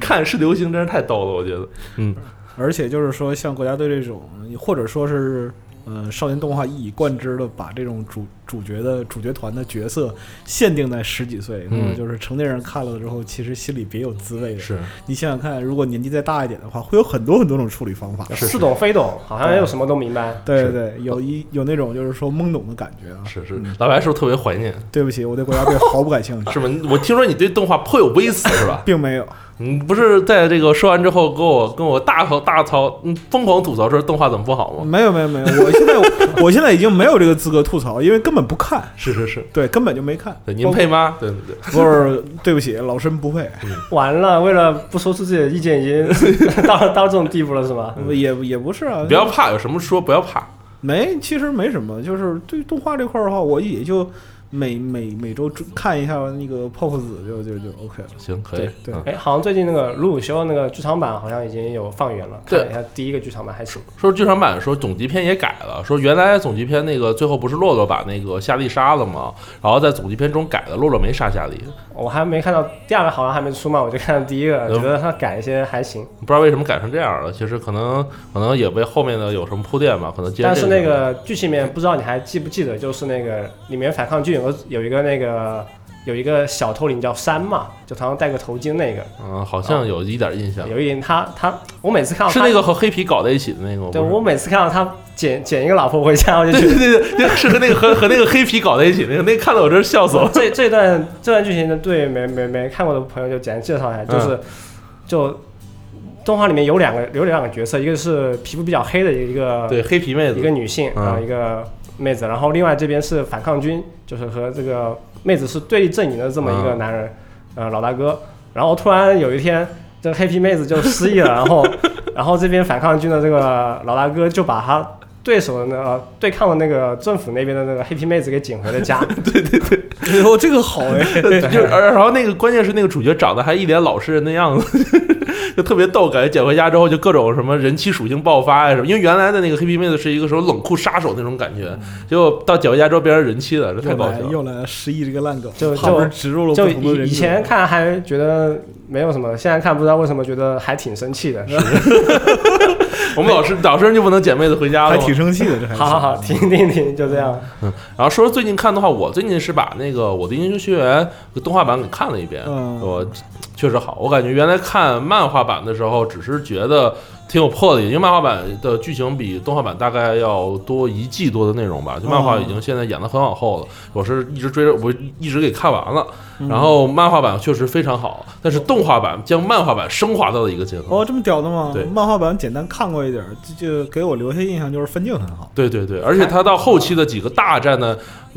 [SPEAKER 3] 看是流星，真是太逗了，我觉得，嗯，
[SPEAKER 5] 而且就是说，像国家队这种，或者说是呃少年动画一以贯之的把这种主主角的主角团的角色限定在十几岁，
[SPEAKER 3] 嗯
[SPEAKER 5] 那么就是成年人看了之后，其实心里别有滋味的。
[SPEAKER 3] 是
[SPEAKER 5] 你想想看，如果年纪再大一点的话，会有很多很多种处理方法。
[SPEAKER 3] 是
[SPEAKER 4] 似懂非懂，好像又什么都明白。
[SPEAKER 5] 对对对，有一有那种就是说懵懂的感觉啊。
[SPEAKER 3] 是是
[SPEAKER 5] 嗯，
[SPEAKER 3] 老白是不是特别怀念？
[SPEAKER 5] 对不起，我对国家队毫不感兴趣，
[SPEAKER 3] 是吗？我听说你对动画颇有微词是吧？
[SPEAKER 5] 并没有。
[SPEAKER 3] 你嗯不是在这个说完之后跟我跟我大槽大槽，嗯，疯狂吐槽说动画怎么不好吗？
[SPEAKER 5] 没有没有没有，我现在我现在已经没有这个资格吐槽，因为根本不看，
[SPEAKER 3] 是是是，
[SPEAKER 5] 对，根本就没看。
[SPEAKER 3] 对，您配吗？对对对，
[SPEAKER 5] 不是，对不起，老身不配，
[SPEAKER 4] 完了，为了不说出自己的意见，已经 到到这种地步了，是吗？
[SPEAKER 5] 也也不是啊。
[SPEAKER 3] 不要怕，有什么说不要怕。
[SPEAKER 5] 没，其实没什么，就是对动画这块儿的话，我也就每每每周追看一下那个泡泡子就就就 OK 了。
[SPEAKER 3] 行，可以，
[SPEAKER 5] 对对
[SPEAKER 3] 嗯
[SPEAKER 4] 哎，好像最近那个《鲁鲁修》那个剧场版好像已经有放映了，
[SPEAKER 3] 对
[SPEAKER 4] 看了一下第一个剧场版还行。
[SPEAKER 3] 说剧场版说总集篇也改了，说原来总集篇那个最后不是洛洛把那个夏利杀了吗？然后在总集篇中改了，洛洛没杀夏利，
[SPEAKER 4] 我还没看到第二个，好像还没出嘛，我就看到第一个，
[SPEAKER 3] 嗯
[SPEAKER 4] 觉得他改一些还行。
[SPEAKER 3] 不知道为什么改成这样了。其实可能可能也为后面的有什么铺垫吧，可能接着
[SPEAKER 4] 但是
[SPEAKER 3] 这
[SPEAKER 4] 那个剧情里面不知道你还记不记得，就是那个里面反抗军有个有一个那个有一个小头领叫山嘛，就头上戴个头巾那个，
[SPEAKER 3] 嗯，好像有一点印象，
[SPEAKER 4] 有一点他他我每次看到
[SPEAKER 3] 是
[SPEAKER 4] 他
[SPEAKER 3] 那个和黑皮搞在一起的那个吗？
[SPEAKER 4] 对
[SPEAKER 3] 不是
[SPEAKER 4] 我每次看到他捡捡一个老婆回家，我就
[SPEAKER 3] 对
[SPEAKER 4] 觉
[SPEAKER 3] 对
[SPEAKER 4] 得
[SPEAKER 3] 对对，对是和那个和和那个黑皮搞在一起那个，那个看得我真是笑死我了。
[SPEAKER 4] 这这段这段剧情的对没没没看过的朋友就简单介
[SPEAKER 3] 嗯
[SPEAKER 4] 绍一下，就是、就动画里面有两个有两个角色，一个是皮肤比较黑的一个
[SPEAKER 5] 啊
[SPEAKER 3] 对，黑皮妹
[SPEAKER 4] 一个
[SPEAKER 3] 子，
[SPEAKER 4] 女性，
[SPEAKER 3] 嗯
[SPEAKER 4] 然后一个妹子，然后另外这边是反抗军，就是和这个妹子是对立阵营的这么一个
[SPEAKER 3] 嗯
[SPEAKER 4] 男人，呃，老大哥。然后突然有一天，这黑皮妹子就失忆了，然后，然后这边反抗军的这个老大哥就把他对手的那个对抗的那个政府那边的那个黑皮妹子给捡回了家。
[SPEAKER 5] 哎呦，这个好哎！
[SPEAKER 3] 对，就是而然后那个关键是那个主角长得还一脸老实人的样子， 就特别逗，感觉捡回家之后就各种什么人气属性爆发啊呀、什么，因为原来的那个黑皮妹子是一个什么冷酷杀手那种感觉，结果到捡回家之后变成人气了，这太
[SPEAKER 5] 又
[SPEAKER 3] 搞
[SPEAKER 5] 嗯来
[SPEAKER 3] 笑了。
[SPEAKER 5] 又来失忆这个烂梗，
[SPEAKER 4] 就
[SPEAKER 5] 旁边
[SPEAKER 4] 就
[SPEAKER 5] 植入了
[SPEAKER 4] 就
[SPEAKER 5] 不同的人
[SPEAKER 4] 以以
[SPEAKER 5] 格
[SPEAKER 4] 前看还觉得没有什么，现在看不知道为什么觉得还挺生气的。
[SPEAKER 3] 我们老师老师就不能捡妹子回家了
[SPEAKER 5] 还
[SPEAKER 3] 吗？
[SPEAKER 5] 挺生气的，这还是
[SPEAKER 4] 好好
[SPEAKER 3] 嗯
[SPEAKER 4] 好，停停停，就这样。
[SPEAKER 3] 然后说最近看的话，我最近是把那个《我的英雄学院》动画版给看了一遍，
[SPEAKER 5] 嗯
[SPEAKER 3] 我确实好。我感觉原来看漫画版的时候，只是觉得挺有魄力，因为漫画版的剧情比动画版大概要多一季多的内容吧。就漫画已经现在演得很往后了，我是一直追着，我一直给看完了。然后漫画版确实非常好，但是动画版将漫画版升华到了一个阶
[SPEAKER 5] 哦，
[SPEAKER 3] 层。
[SPEAKER 5] 这么屌的吗？
[SPEAKER 3] 对
[SPEAKER 5] 漫画版简单看过一点儿，就就给我留下印象就是分镜很好。
[SPEAKER 3] 对对对，而且它到后期的几个大战呢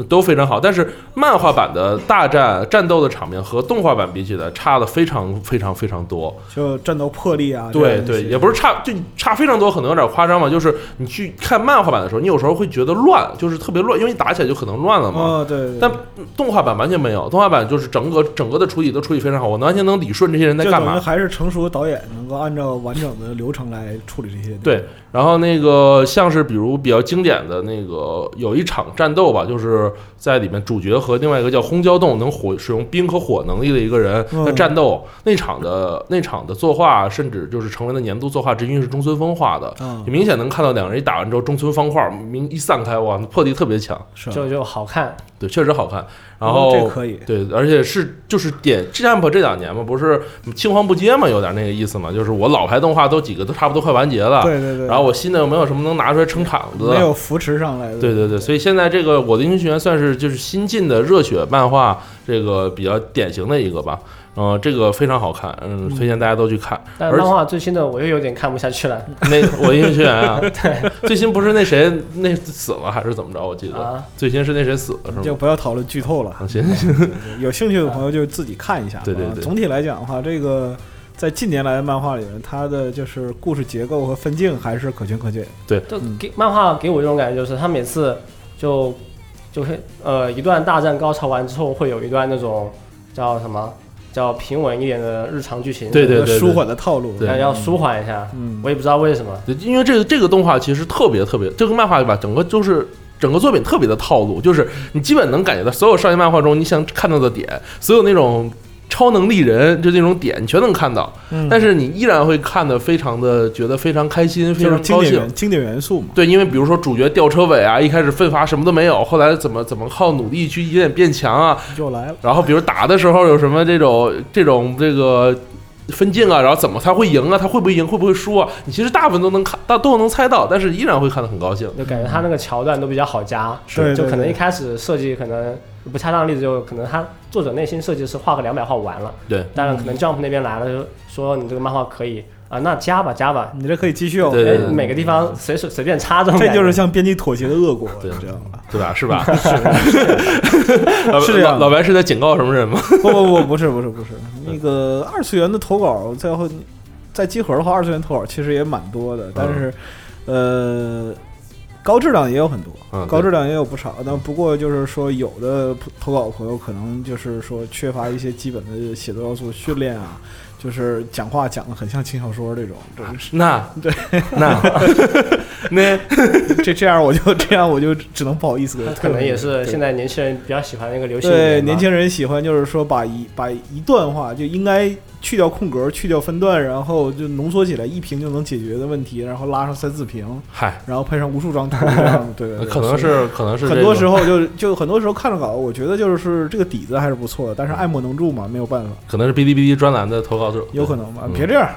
[SPEAKER 3] 都非常好，但是漫画版的大战战斗的场面和动画版比起来差的非常非常非常多。
[SPEAKER 5] 就战斗魄力啊，
[SPEAKER 3] 对
[SPEAKER 5] 这样的
[SPEAKER 3] 对，
[SPEAKER 5] 一些
[SPEAKER 3] 也不是差，就差非常多，可能有点夸张吧。就是你去看漫画版的时候，你有时候会觉得乱，就是特别乱，因为你打起来就可能乱了嘛。
[SPEAKER 5] 哦，对，对
[SPEAKER 3] 但动画版完全没有，动画版就是整个整个的处理都处理非常好，我完全能理顺这些人在
[SPEAKER 5] 就
[SPEAKER 3] 干
[SPEAKER 5] 等于
[SPEAKER 3] 嘛。
[SPEAKER 5] 还是成熟的导演能够按照完整的流程来处理这些。，
[SPEAKER 3] 对，然后那个像是比如比较经典的那个有一场战斗吧，就是在里面主角和另外一个叫轰焦洞能火使用冰和火能力的一个人
[SPEAKER 5] 嗯
[SPEAKER 3] 在战斗，那场的那场的作画甚至就是成为了年度作画之一，是中村风画的。
[SPEAKER 5] 啊
[SPEAKER 3] 你，明显能看到两人一打完之后，中村方块明一散开，哇，魄力特别强，
[SPEAKER 5] 是，
[SPEAKER 4] 就就好看，
[SPEAKER 3] 对，确实好看。然
[SPEAKER 5] 嗯
[SPEAKER 3] 后、
[SPEAKER 5] 这可以，
[SPEAKER 3] 对，而且是就是点 Jump 这两年嘛，不是青黄不接嘛，有点那个意思嘛，就是我老牌动画都几个都差不多快完结了，
[SPEAKER 5] 对对对，
[SPEAKER 3] 啊然后我新的又没有什么能拿出来撑场子
[SPEAKER 5] 没
[SPEAKER 3] 的。
[SPEAKER 5] 有扶持上来的，
[SPEAKER 3] 对对对，所以现在这个《我的英雄学院》算是就是新进的热血漫画这个比较典型的一个吧，嗯、这个非常好看，嗯，推荐大家都去看。
[SPEAKER 4] 但
[SPEAKER 3] 而
[SPEAKER 4] 漫画最新的我又有点看不下去了
[SPEAKER 3] 那《我的英雄学院》 啊，最新不是那谁那死了还是怎么着？我记得、
[SPEAKER 4] 啊。
[SPEAKER 3] 最新是那谁死了是
[SPEAKER 5] 就
[SPEAKER 3] 吗？
[SPEAKER 5] 不要讨论剧透了。
[SPEAKER 3] 啊行行行，
[SPEAKER 5] 有兴趣的朋友就自己看一下吧。啊
[SPEAKER 3] 对对对
[SPEAKER 5] 总体来讲的话，这个在近年来的漫画里面，它的就是故事结构和分镜还是可圈可点。
[SPEAKER 4] 就
[SPEAKER 5] 嗯
[SPEAKER 4] 给漫画给我一种感觉，就是他每次就就是呃一段大战高潮完之后，会有一段那种叫什么叫平稳一点的日常剧情，
[SPEAKER 3] 对对
[SPEAKER 5] 有个舒缓的套路。
[SPEAKER 3] 对
[SPEAKER 4] 但要舒缓一下。
[SPEAKER 5] 嗯，
[SPEAKER 4] 我也不知道为什么，
[SPEAKER 3] 对 因为这个这个动画其实特别特别，这个漫画吧，整个就是整个作品特别的套路，就是你基本能感觉到所有少年漫画中你想看到的点，所有那种超能力人就那种点，你全能看到，
[SPEAKER 5] 嗯
[SPEAKER 3] 但是你依然会看的非常的觉得非常开心，非
[SPEAKER 5] 就
[SPEAKER 3] 常
[SPEAKER 5] 是经
[SPEAKER 3] 高
[SPEAKER 5] 典
[SPEAKER 3] 兴。
[SPEAKER 5] 元经典元素嘛。
[SPEAKER 3] 对，因为比如说主角吊车尾啊，一开始奋发什么都没有，后来怎么怎么靠努力去一点变强啊，
[SPEAKER 5] 又来了，
[SPEAKER 3] 然后比如打的时候有什么这种这种这个分镜啊，然后怎么他会赢啊，他会不会赢，会不会输啊？你其实大部分都能看到，都能猜到，但是依然会看得很高兴。
[SPEAKER 4] 就感觉他那个桥段都比较好加，
[SPEAKER 5] 对
[SPEAKER 4] 就
[SPEAKER 5] 嗯对
[SPEAKER 4] 可能
[SPEAKER 5] 对
[SPEAKER 4] 一开始设计可能不恰当的例子，就可能他作者内心设计是画个两百画完了，
[SPEAKER 3] 对，
[SPEAKER 4] 当然可
[SPEAKER 5] 嗯
[SPEAKER 4] 能 Jump 那边来了就说你这个漫画可以啊，那加吧加吧，
[SPEAKER 5] 你这可以继续哦。
[SPEAKER 3] 对对
[SPEAKER 4] 哎
[SPEAKER 3] 对
[SPEAKER 4] 每个地方随手随便插这种感
[SPEAKER 5] 这
[SPEAKER 4] 觉，
[SPEAKER 5] 就是向编辑妥协的恶果，
[SPEAKER 3] 对
[SPEAKER 5] 你知道吗？
[SPEAKER 3] 对吧？是吧？老
[SPEAKER 5] 是这样的
[SPEAKER 3] 老老白是在警告什 么人吗？
[SPEAKER 5] 不不不，不是不是不是，
[SPEAKER 3] 嗯
[SPEAKER 5] 那个二次元的投稿在后，在集合的话，二次元投稿其实也蛮多的，但是，呃，高质量也有很多，
[SPEAKER 3] 嗯，
[SPEAKER 5] 高质量也有不少，但不过就是说，有的投稿朋友可能就是说缺乏一些基本的写作要素训练啊，就是讲话讲的很像轻小说这种，这是
[SPEAKER 3] 那对， 那 那
[SPEAKER 5] 这这样我就这样我就只能不好意思给他
[SPEAKER 4] 可
[SPEAKER 5] 退回
[SPEAKER 4] 能
[SPEAKER 5] 去。
[SPEAKER 4] 也是现在年轻人比较喜欢那个流行语
[SPEAKER 5] 嗯对
[SPEAKER 4] 言吧
[SPEAKER 5] 年轻人喜欢就是说把一把一段话就应该去掉空格，去掉分段，然后就浓缩起来一屏就能解决的问题，然后拉上三四屏，
[SPEAKER 3] 嗨，
[SPEAKER 5] 然后配上无数张图，这样对对对，
[SPEAKER 3] 可
[SPEAKER 5] 所
[SPEAKER 3] 能
[SPEAKER 5] 以
[SPEAKER 3] 是可能是
[SPEAKER 5] 很多时
[SPEAKER 3] 候
[SPEAKER 5] 候就就很多时候看了稿，我觉得就是这个底子还是不错的，但是爱莫能助嘛，没有办法，
[SPEAKER 3] 可能是哔哩哔哩专栏的投稿者，
[SPEAKER 5] 有可能吧
[SPEAKER 3] 嗯？
[SPEAKER 5] 别这样，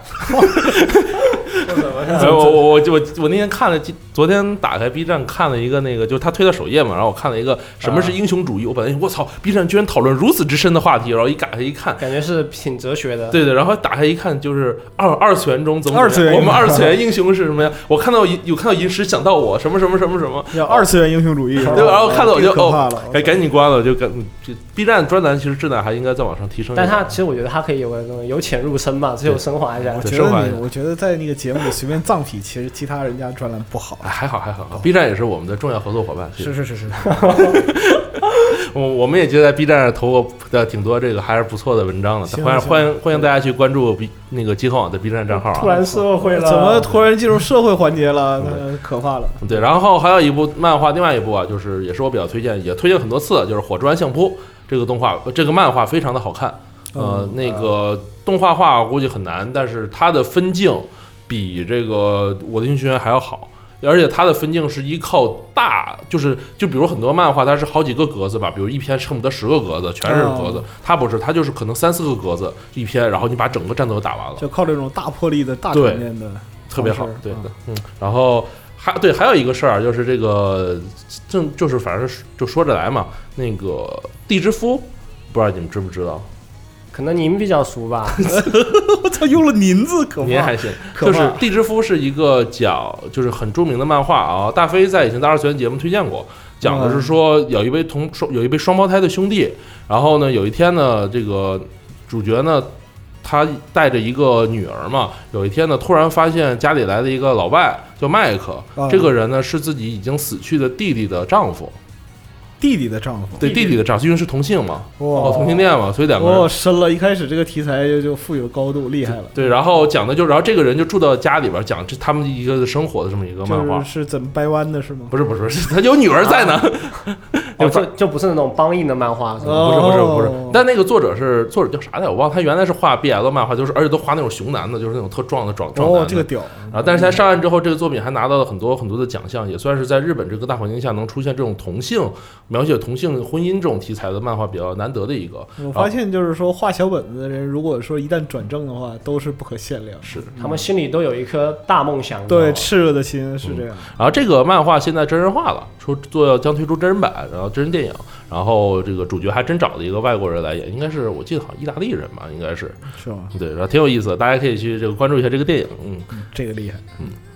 [SPEAKER 3] 哎，我我我我我那天看了，昨天打开 B 站看了一个那个，就是他推到首页嘛，然后我看了一个什么是英雄主义，我本来想我操，B 站居然讨论如此之深的话题，然后一打开一看，
[SPEAKER 4] 感觉是挺哲学的，
[SPEAKER 3] 对对，然后打开一看就是二二次元中怎么怎么
[SPEAKER 5] 二次元
[SPEAKER 3] 样我们二次元英雄是什么呀？我看到银有看到银石想到我什么什么什么什么，
[SPEAKER 5] 要二次元英雄主义，
[SPEAKER 4] 对
[SPEAKER 5] 是吧
[SPEAKER 3] 然后看到我就
[SPEAKER 5] 这个可怕了，
[SPEAKER 3] 赶赶紧关了，就赶这 B 站专栏其实质量还应该再往上提升一
[SPEAKER 4] 但
[SPEAKER 3] 点，
[SPEAKER 4] 他其实我觉得他可以有个那种由浅入深吧，只有升华一下
[SPEAKER 5] 我。
[SPEAKER 3] 对
[SPEAKER 5] 觉
[SPEAKER 3] 升华
[SPEAKER 5] 得
[SPEAKER 3] 一下
[SPEAKER 5] 你，我觉得在那个节目里随便脏批，其实其他人家专栏不好。
[SPEAKER 3] 哎还好还好，B 站也是我们的重要合作伙伴，其实
[SPEAKER 5] 是是是，
[SPEAKER 3] 我我们也觉得在 B 站上投过的挺多这个还是不错的文章的，
[SPEAKER 5] 行
[SPEAKER 3] 欢迎
[SPEAKER 5] 行
[SPEAKER 3] 欢迎欢迎大家去关注 B 那个金口网的 B 站账号
[SPEAKER 4] 突
[SPEAKER 3] 啊。
[SPEAKER 4] 然社会了，
[SPEAKER 5] 怎么突然进入社会环节了？那可怕了。
[SPEAKER 3] 对，然后还有一部漫画，另外一部啊，就是也是我比较推荐，也推荐很多次了，就是《火之丸相扑》这个动画，呃这个漫画非常的好看。呃，那个动画化估计很难，但是它的分镜比这个《我的英雄学院》还要好。而且它的分镜是依靠大，就是就比如很多漫画，它是好几个格子吧，比如一篇恨不得十个格子，全是格子
[SPEAKER 5] 哦，
[SPEAKER 3] 它不是，它就是可能三四个格子一篇，然后你把整个战斗都打完了，
[SPEAKER 5] 就靠这种大魄力的大场
[SPEAKER 3] 对
[SPEAKER 5] 面的，
[SPEAKER 3] 特别好
[SPEAKER 5] 方式，
[SPEAKER 3] 对
[SPEAKER 5] 嗯
[SPEAKER 3] 的，嗯，然后还对还有一个事儿啊就是这个正就是反正是就说着来嘛，那个地之夫，不知道你们知不知道？
[SPEAKER 4] 可能您比较熟吧？
[SPEAKER 5] 我操，用了“您”字，可
[SPEAKER 3] 您
[SPEAKER 5] 怕。
[SPEAKER 3] 还行，
[SPEAKER 5] 可
[SPEAKER 3] 就
[SPEAKER 5] 怕
[SPEAKER 3] 是地之夫是一个讲就是很著名的漫画啊，大飞在以前的二次元节目推荐过，
[SPEAKER 5] 嗯
[SPEAKER 3] 讲的是说有一位同双有一位双胞胎的兄弟，然后呢有一天呢这个主角呢。他带着一个女儿嘛，有一天呢，突然发现家里来了一个老外，叫麦克
[SPEAKER 5] 啊。
[SPEAKER 3] 这个人呢是自己已经死去的弟弟的丈夫，
[SPEAKER 5] 弟弟的丈夫，
[SPEAKER 3] 对弟弟的丈夫，因为是同姓嘛，哦，
[SPEAKER 5] 哇
[SPEAKER 3] 同性恋嘛，所以两个人
[SPEAKER 5] 哦，深了，一开始这个题材就就富有高度，厉害了。
[SPEAKER 3] 对，然后讲的就，然后这个人就住到家里边儿，讲这他们一个生活的这么一个漫
[SPEAKER 5] 就
[SPEAKER 3] 画
[SPEAKER 5] 是，是怎么掰弯的，是吗？
[SPEAKER 3] 不是不是，是他有女儿在呢，
[SPEAKER 4] 哦，就就不是那种梆硬的漫画，是吧？
[SPEAKER 5] 哦
[SPEAKER 3] 不是不是不是，但那个作者是作者叫啥来着？我忘了，他原来是画 BL 漫画，就是而且都画那种熊男的，就是那种特壮的壮壮男
[SPEAKER 5] 哦
[SPEAKER 3] 的，
[SPEAKER 5] 这个屌，
[SPEAKER 3] 啊，但是他上岸之后，这个作品还拿到了很多很多的奖项，也算是在日本这个大环境下能出现这种同性描写同性婚姻这种题材的漫画比较难得的一个。
[SPEAKER 5] 我发现就是说画小本子的人，如果说一旦转正的话，都是不可限量。
[SPEAKER 3] 是，
[SPEAKER 4] 他们心里都有一颗大梦想。
[SPEAKER 5] 嗯对
[SPEAKER 4] 你知道吗
[SPEAKER 5] 炽热的心
[SPEAKER 3] 嗯
[SPEAKER 5] 是这样。
[SPEAKER 3] 然后这个漫画现在真人化了，说做将推出真人版，然后真人电影，然后这个主角还真找了一个外国人来演，应该是我记得好像意大利人吧，应该是
[SPEAKER 5] 是吧？
[SPEAKER 3] 对，然后挺有意思的，大家可以去这个关注一下这个电影，嗯。
[SPEAKER 5] 这个厉害。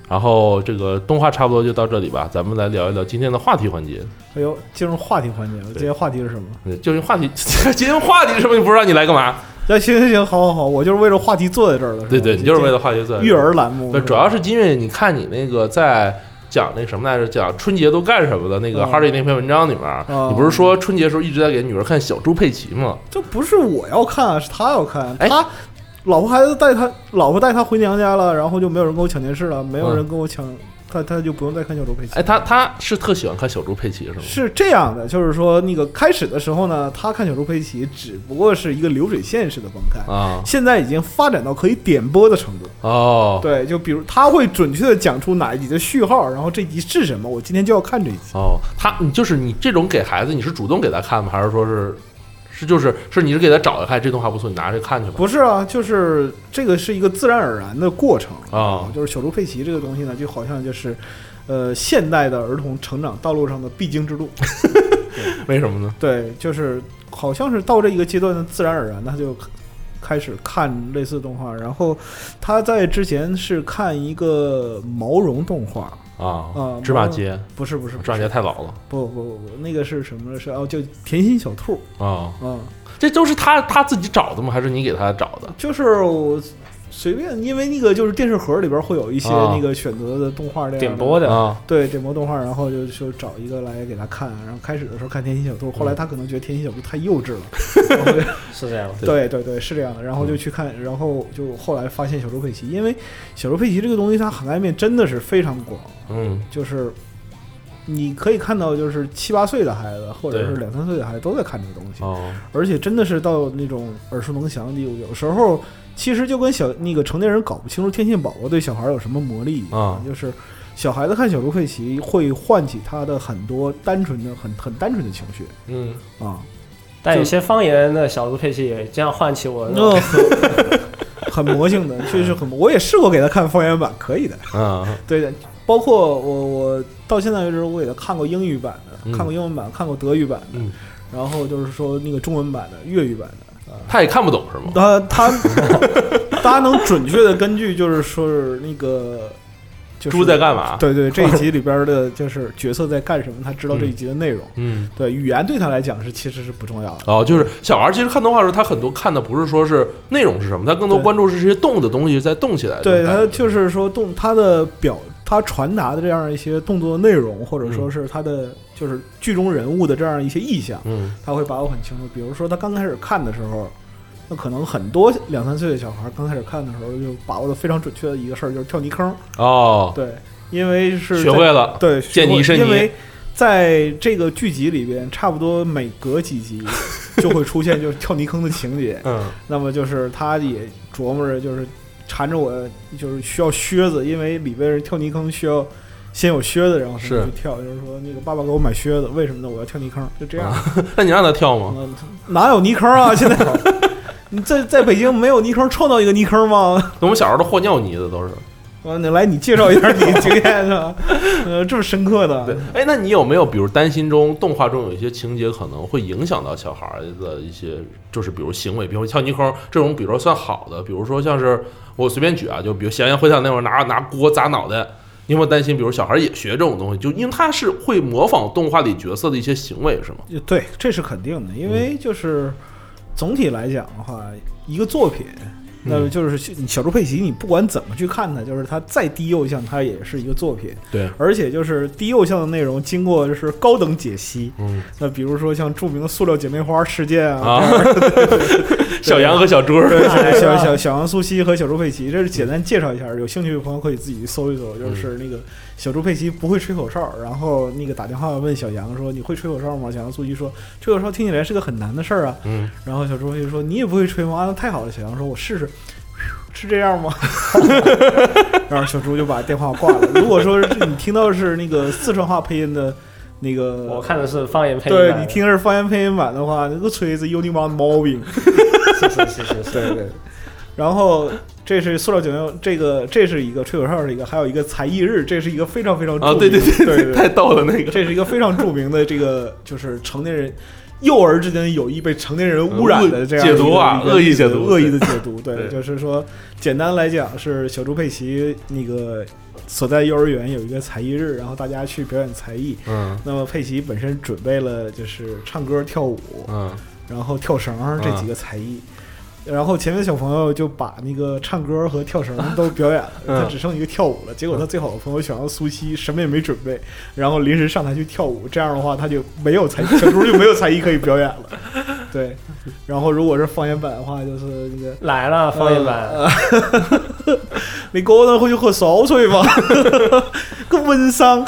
[SPEAKER 3] 然后这个动画差不多就到这里吧，咱们来聊一聊今天的话题环节。
[SPEAKER 5] 哎呦，进入话题环节了。今天话题是什么？
[SPEAKER 3] 嗯，究竟话题， 今天话题是不是不知道你来干嘛？
[SPEAKER 5] 那行行行，好好好，我就是为了话题坐在这儿了。吧
[SPEAKER 3] 对对，你就是为了话题在
[SPEAKER 5] 嗯育儿栏目。
[SPEAKER 3] 对，
[SPEAKER 5] 吧
[SPEAKER 3] 主要是因为你看你那个在讲那什么来着，讲春节都干什么的那个
[SPEAKER 5] 嗯
[SPEAKER 3] Hardy 那篇文章里面，
[SPEAKER 5] 嗯
[SPEAKER 3] 你不是说春节时候一直在给女儿看小猪佩奇吗？
[SPEAKER 5] 这不是我要看啊，是他要看。
[SPEAKER 3] 哎
[SPEAKER 5] 他老婆孩子带他，老婆带他回娘家了，然后就没有人跟我抢电视了，没有人跟我抢，他他就不用再看小猪佩奇。
[SPEAKER 3] 哎，他他是特喜欢看小猪佩奇是吗？
[SPEAKER 5] 是这样的，就是说那个开始的时候呢，他看小猪佩奇只不过是一个流水线式的观看，
[SPEAKER 3] 啊，
[SPEAKER 5] 现在已经发展到可以点播的程度。
[SPEAKER 3] 哦
[SPEAKER 5] 对，就比如他会准确的讲出哪一集的序号，然后这集是什么，我今天就要看这一集。
[SPEAKER 3] 哦，他你就是你这种给孩子，你是主动给他看吗？还是说是是就是是你是给他找一看这动画不错，你拿着看去吧？
[SPEAKER 5] 不是啊，就是这个是一个自然而然的过程
[SPEAKER 3] 啊
[SPEAKER 5] 就是小猪佩奇这个东西呢，就好像就是，呃，现代的儿童成长道路上的必经之路。
[SPEAKER 3] 为什么呢？
[SPEAKER 5] 对，就是好像是到这一个阶段呢，自然而然的他就开始看类似动画。然后他在之前是看一个毛绒动画，
[SPEAKER 3] 啊，
[SPEAKER 5] 啊
[SPEAKER 3] 芝麻街，
[SPEAKER 5] 不是不是
[SPEAKER 3] 芝麻街太老了
[SPEAKER 5] 不不不不，那个是什么？是哦，叫甜心小兔
[SPEAKER 3] 啊，
[SPEAKER 5] 啊、嗯
[SPEAKER 3] 这都是他他自己找的吗？还是你给他找的？
[SPEAKER 5] 就是我随便，因为那个就是电视盒里边会有一些
[SPEAKER 3] 啊
[SPEAKER 5] 那个选择的动画这样的
[SPEAKER 4] 点播的，
[SPEAKER 3] 啊，
[SPEAKER 5] 对点播动画，然后就就找一个来给他看，然后开始的时候看《天心小兔》，后来他可能觉得《天心小兔》太幼稚了，然后就是
[SPEAKER 4] 这样的。
[SPEAKER 5] 对对对，是这样的。然后就去看，然后就后来发现小猪佩奇，因为小猪佩奇这个东西它涵盖面真的是非常广，
[SPEAKER 3] 嗯
[SPEAKER 5] 就是你可以看到，就是七八岁的孩子或者
[SPEAKER 3] 对
[SPEAKER 5] 是两三岁的孩子都在看这个东西，
[SPEAKER 3] 哦
[SPEAKER 5] 而且真的是到那种耳熟能详的地步。有时候其实就跟小那个成年人搞不清楚天线宝宝对小孩有什么魔力一
[SPEAKER 3] 啊
[SPEAKER 5] 样，就是小孩子看小猪佩奇会唤起他的很多单纯的、很很单纯的情绪
[SPEAKER 3] 嗯，
[SPEAKER 5] 啊，
[SPEAKER 4] 但有些方言的小猪佩奇也这样唤起
[SPEAKER 3] 哦
[SPEAKER 4] 我那种
[SPEAKER 5] 那很 很魔性的，确实很魔。我也试过给他看方言版，可以的。
[SPEAKER 3] 啊，
[SPEAKER 5] 对的，包括我我到现在为止，我给他看过英语版
[SPEAKER 3] 嗯
[SPEAKER 5] 的，看过英文版，看过德语版的，
[SPEAKER 3] 嗯
[SPEAKER 5] 然后就是说那个中文版的、粤语版的。啊，
[SPEAKER 3] 他也看不懂是吗？
[SPEAKER 5] 他他他能准确的根据就是说是那个。就是、
[SPEAKER 3] 猪在干嘛
[SPEAKER 5] 对对，这一 集里边的就是角色在干什么，他知道这一集的内容。
[SPEAKER 3] 嗯。
[SPEAKER 5] 对，语言对他来讲是其实是不重要的。
[SPEAKER 3] 哦，就是小孩儿其实看动画的时候，他很多看的不是说是内容是什么，他更多
[SPEAKER 5] 对
[SPEAKER 3] 关注是这些动的东西在动起来的
[SPEAKER 5] 对
[SPEAKER 3] 这种感觉。
[SPEAKER 5] 他就是说动他的表，他传达的这样一些动作内容，或者说是他的就是剧中人物的这样一些意象，
[SPEAKER 3] 嗯
[SPEAKER 5] 他会把握很清楚。比如说他刚开始看的时候，那可能很多两三岁的小孩刚开始看的时候就把握的非常准确的一个事儿，就是跳泥坑。
[SPEAKER 3] 哦，
[SPEAKER 5] 对，因为是在
[SPEAKER 3] 学会了
[SPEAKER 5] 对学
[SPEAKER 3] 见
[SPEAKER 5] 会
[SPEAKER 3] 泥是泥
[SPEAKER 5] 因为在这个剧集里边，差不多每隔几 集就会出现就是跳泥坑的情节。
[SPEAKER 3] 嗯
[SPEAKER 5] 那么就是他也琢磨着，就是缠着我，就是需要靴子，因为里边人跳泥坑需要先有靴子，然后才
[SPEAKER 3] 是
[SPEAKER 5] 能去跳。就是说，那个爸爸给我买靴子，为什么呢？我要跳泥坑，就这样。
[SPEAKER 3] 那你让他跳吗？
[SPEAKER 5] 嗯哪有泥坑啊？现在 你在在北京没有泥坑，创造一个泥坑吗？
[SPEAKER 3] 那我们小时候都和尿泥的都是。
[SPEAKER 5] 我你来，你介绍一下你的经验呢？ 呃，这么深刻
[SPEAKER 3] 对
[SPEAKER 5] 的，，
[SPEAKER 3] 哎，那你有没有比如担心中动画中有一些情节可能会影响到小孩儿的一些，就是比如行为，比如跳泥坑这种，比如说算好的，比如说像是呃我随便举啊，就比如《闲言回响》那会儿拿拿锅砸脑袋。你有没有担心，比如小孩儿也学这种东西，就因为他是会模仿动画里角色的一些行为，是吗？
[SPEAKER 5] 对对，嗯这是肯定的，因为就是总体来讲的话，一个作品那么就是小猪佩奇，你不管怎么去看它，就是它再低幼向，它也是一个作品。
[SPEAKER 3] 对，
[SPEAKER 5] 而且就是低幼向的内容经过就是高等解析，
[SPEAKER 3] 嗯
[SPEAKER 5] 那比如说像著名的塑料姐妹花事件啊，
[SPEAKER 3] 啊，小羊和小猪儿，
[SPEAKER 5] 对，啊小小小小羊苏西和小猪佩奇，这是简单介绍一下，有兴趣的朋友可以自己搜一搜。就是那个小猪佩奇不会吹口哨，然后那个打电话问小羊说：“你会吹口哨吗？”小羊苏西说：“吹口哨听起来是个很难的事儿啊。
[SPEAKER 3] 嗯，”
[SPEAKER 5] 然后小猪佩奇说：“你也不会吹吗？”啊，那太好了。小羊说：“我试 试。”是这样吗？ 然后小猪就把电话挂了。如果说是你听到是那个四川话配音的，那个
[SPEAKER 4] 我看的是方言配音
[SPEAKER 5] 嗯对
[SPEAKER 4] 版
[SPEAKER 5] 你听的是方言配音版的话，那个锤子有你妈的毛病。
[SPEAKER 4] 是是是是是，
[SPEAKER 5] 对对。 然后这是塑料九牛，这个这是一个吹口哨的一个，还有一个才艺日，这是一个非常非常著名
[SPEAKER 3] 啊，对对
[SPEAKER 5] 对
[SPEAKER 3] 对，太逗了那个，
[SPEAKER 5] 这是一个非常著名的这个就是成年人。幼儿之间的友谊被成年人污染的这样一个
[SPEAKER 3] 解读啊
[SPEAKER 5] 一个
[SPEAKER 3] 恶意解读
[SPEAKER 5] 恶意的解读，
[SPEAKER 3] 对
[SPEAKER 5] 对，就是说，简单来讲是小猪佩奇那个所在幼儿园有一个才艺日，然后大家去表演才艺。
[SPEAKER 3] 嗯
[SPEAKER 5] 那么佩奇本身准备了就是唱歌、跳舞，
[SPEAKER 3] 嗯
[SPEAKER 5] 然后跳绳儿这几个才艺。然后前面小朋友就把那个唱歌和跳绳都表演了，
[SPEAKER 3] 嗯
[SPEAKER 5] 他只剩一个跳舞了。结果他最好的朋友小羊苏西什么也没准备，然后临时上台去跳舞，这样的话他就没有才艺，小猪就没有才艺可以表演了。 对，然后如果是方言版的话，就是那个
[SPEAKER 4] 来了方言版，
[SPEAKER 5] 嗯你哥呢会去喝烧水吗？ 个温商。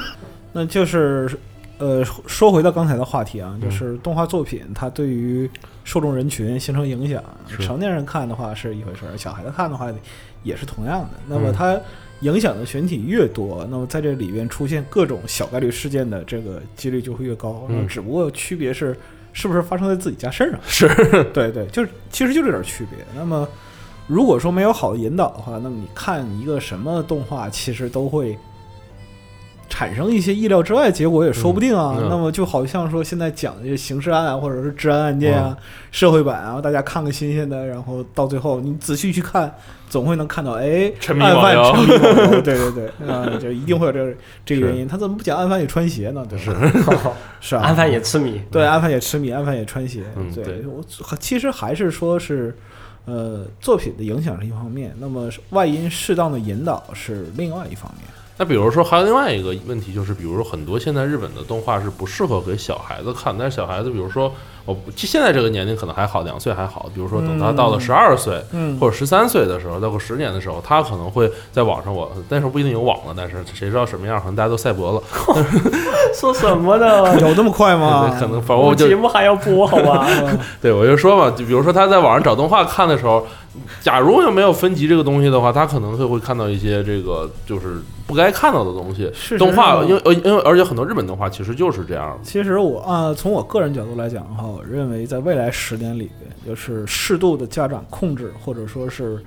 [SPEAKER 5] 那就是，呃，说回到刚才的话题啊，
[SPEAKER 3] 嗯
[SPEAKER 5] 就是动画作品它对于受众人群形成影响，
[SPEAKER 3] 是
[SPEAKER 5] 成年人看的话是一回事儿，小孩子看的话也是同样的。那
[SPEAKER 3] 嗯
[SPEAKER 5] 么它影响的群体越多，那么在这里边出现各种小概率事件的这个几率就会越高。
[SPEAKER 3] 嗯
[SPEAKER 5] 那只不过区别是，是不是发生在自己家身上？
[SPEAKER 3] 是，
[SPEAKER 5] 对对，就是其实就这点区别。那么如果说没有好的引导的话，那么你看一个什么动画，其实都会产生一些意料之外的结果，也说不定啊。
[SPEAKER 3] 嗯嗯
[SPEAKER 5] 那么就好像说现在讲这些刑事案啊，或者是治安案件啊、
[SPEAKER 3] 嗯
[SPEAKER 5] 社会版啊，大家看个新鲜的，然后到最后你仔细去看，总会能看到哎，
[SPEAKER 3] 沉迷
[SPEAKER 5] 案
[SPEAKER 3] 网
[SPEAKER 5] 犯
[SPEAKER 3] 游
[SPEAKER 5] 沉迷网 游，对对对，啊、就一定会有这个这个原因。他怎么不讲案犯也穿鞋呢？对吧？是啊，
[SPEAKER 4] 安凡也痴迷，
[SPEAKER 5] 对，安凡也痴迷，安凡也穿鞋。
[SPEAKER 3] 嗯对
[SPEAKER 5] 我其实还是说是，呃，作品的影响是一方面，那么外因适当的引导是另外一方面。
[SPEAKER 3] 那比如说，还有另外一个问题，就是比如说很多现在日本的动画是不适合给小孩子看，但是小孩子，比如说我不现在这个年龄可能还好，两岁还好，比如说等他到了
[SPEAKER 5] 嗯
[SPEAKER 3] 十二岁。
[SPEAKER 5] 嗯
[SPEAKER 3] 或者十三岁的时候，到过十年的时候，他可能会在网上我，那时候不一定有网了，但是谁知道什么样？可能大家都赛博了，
[SPEAKER 4] 说什 么呢？
[SPEAKER 5] 有那么快吗
[SPEAKER 3] ？可能反正
[SPEAKER 4] 我
[SPEAKER 3] 我就
[SPEAKER 4] 节目还要播好吧？
[SPEAKER 3] 对我就说嘛，就比如说他在网上找动画看的时候，假如又没有分级这个东西的话，他可能会会看到一些这个就是不该看到的东西。
[SPEAKER 5] 是
[SPEAKER 3] 动画，
[SPEAKER 5] 是啊
[SPEAKER 3] 因为呃因为而且很多日本动画其实就是这样的，
[SPEAKER 5] 其实我啊、从我个人角度来讲的话，我认为在未来十年里边，就是适度的家长控制，或者说是。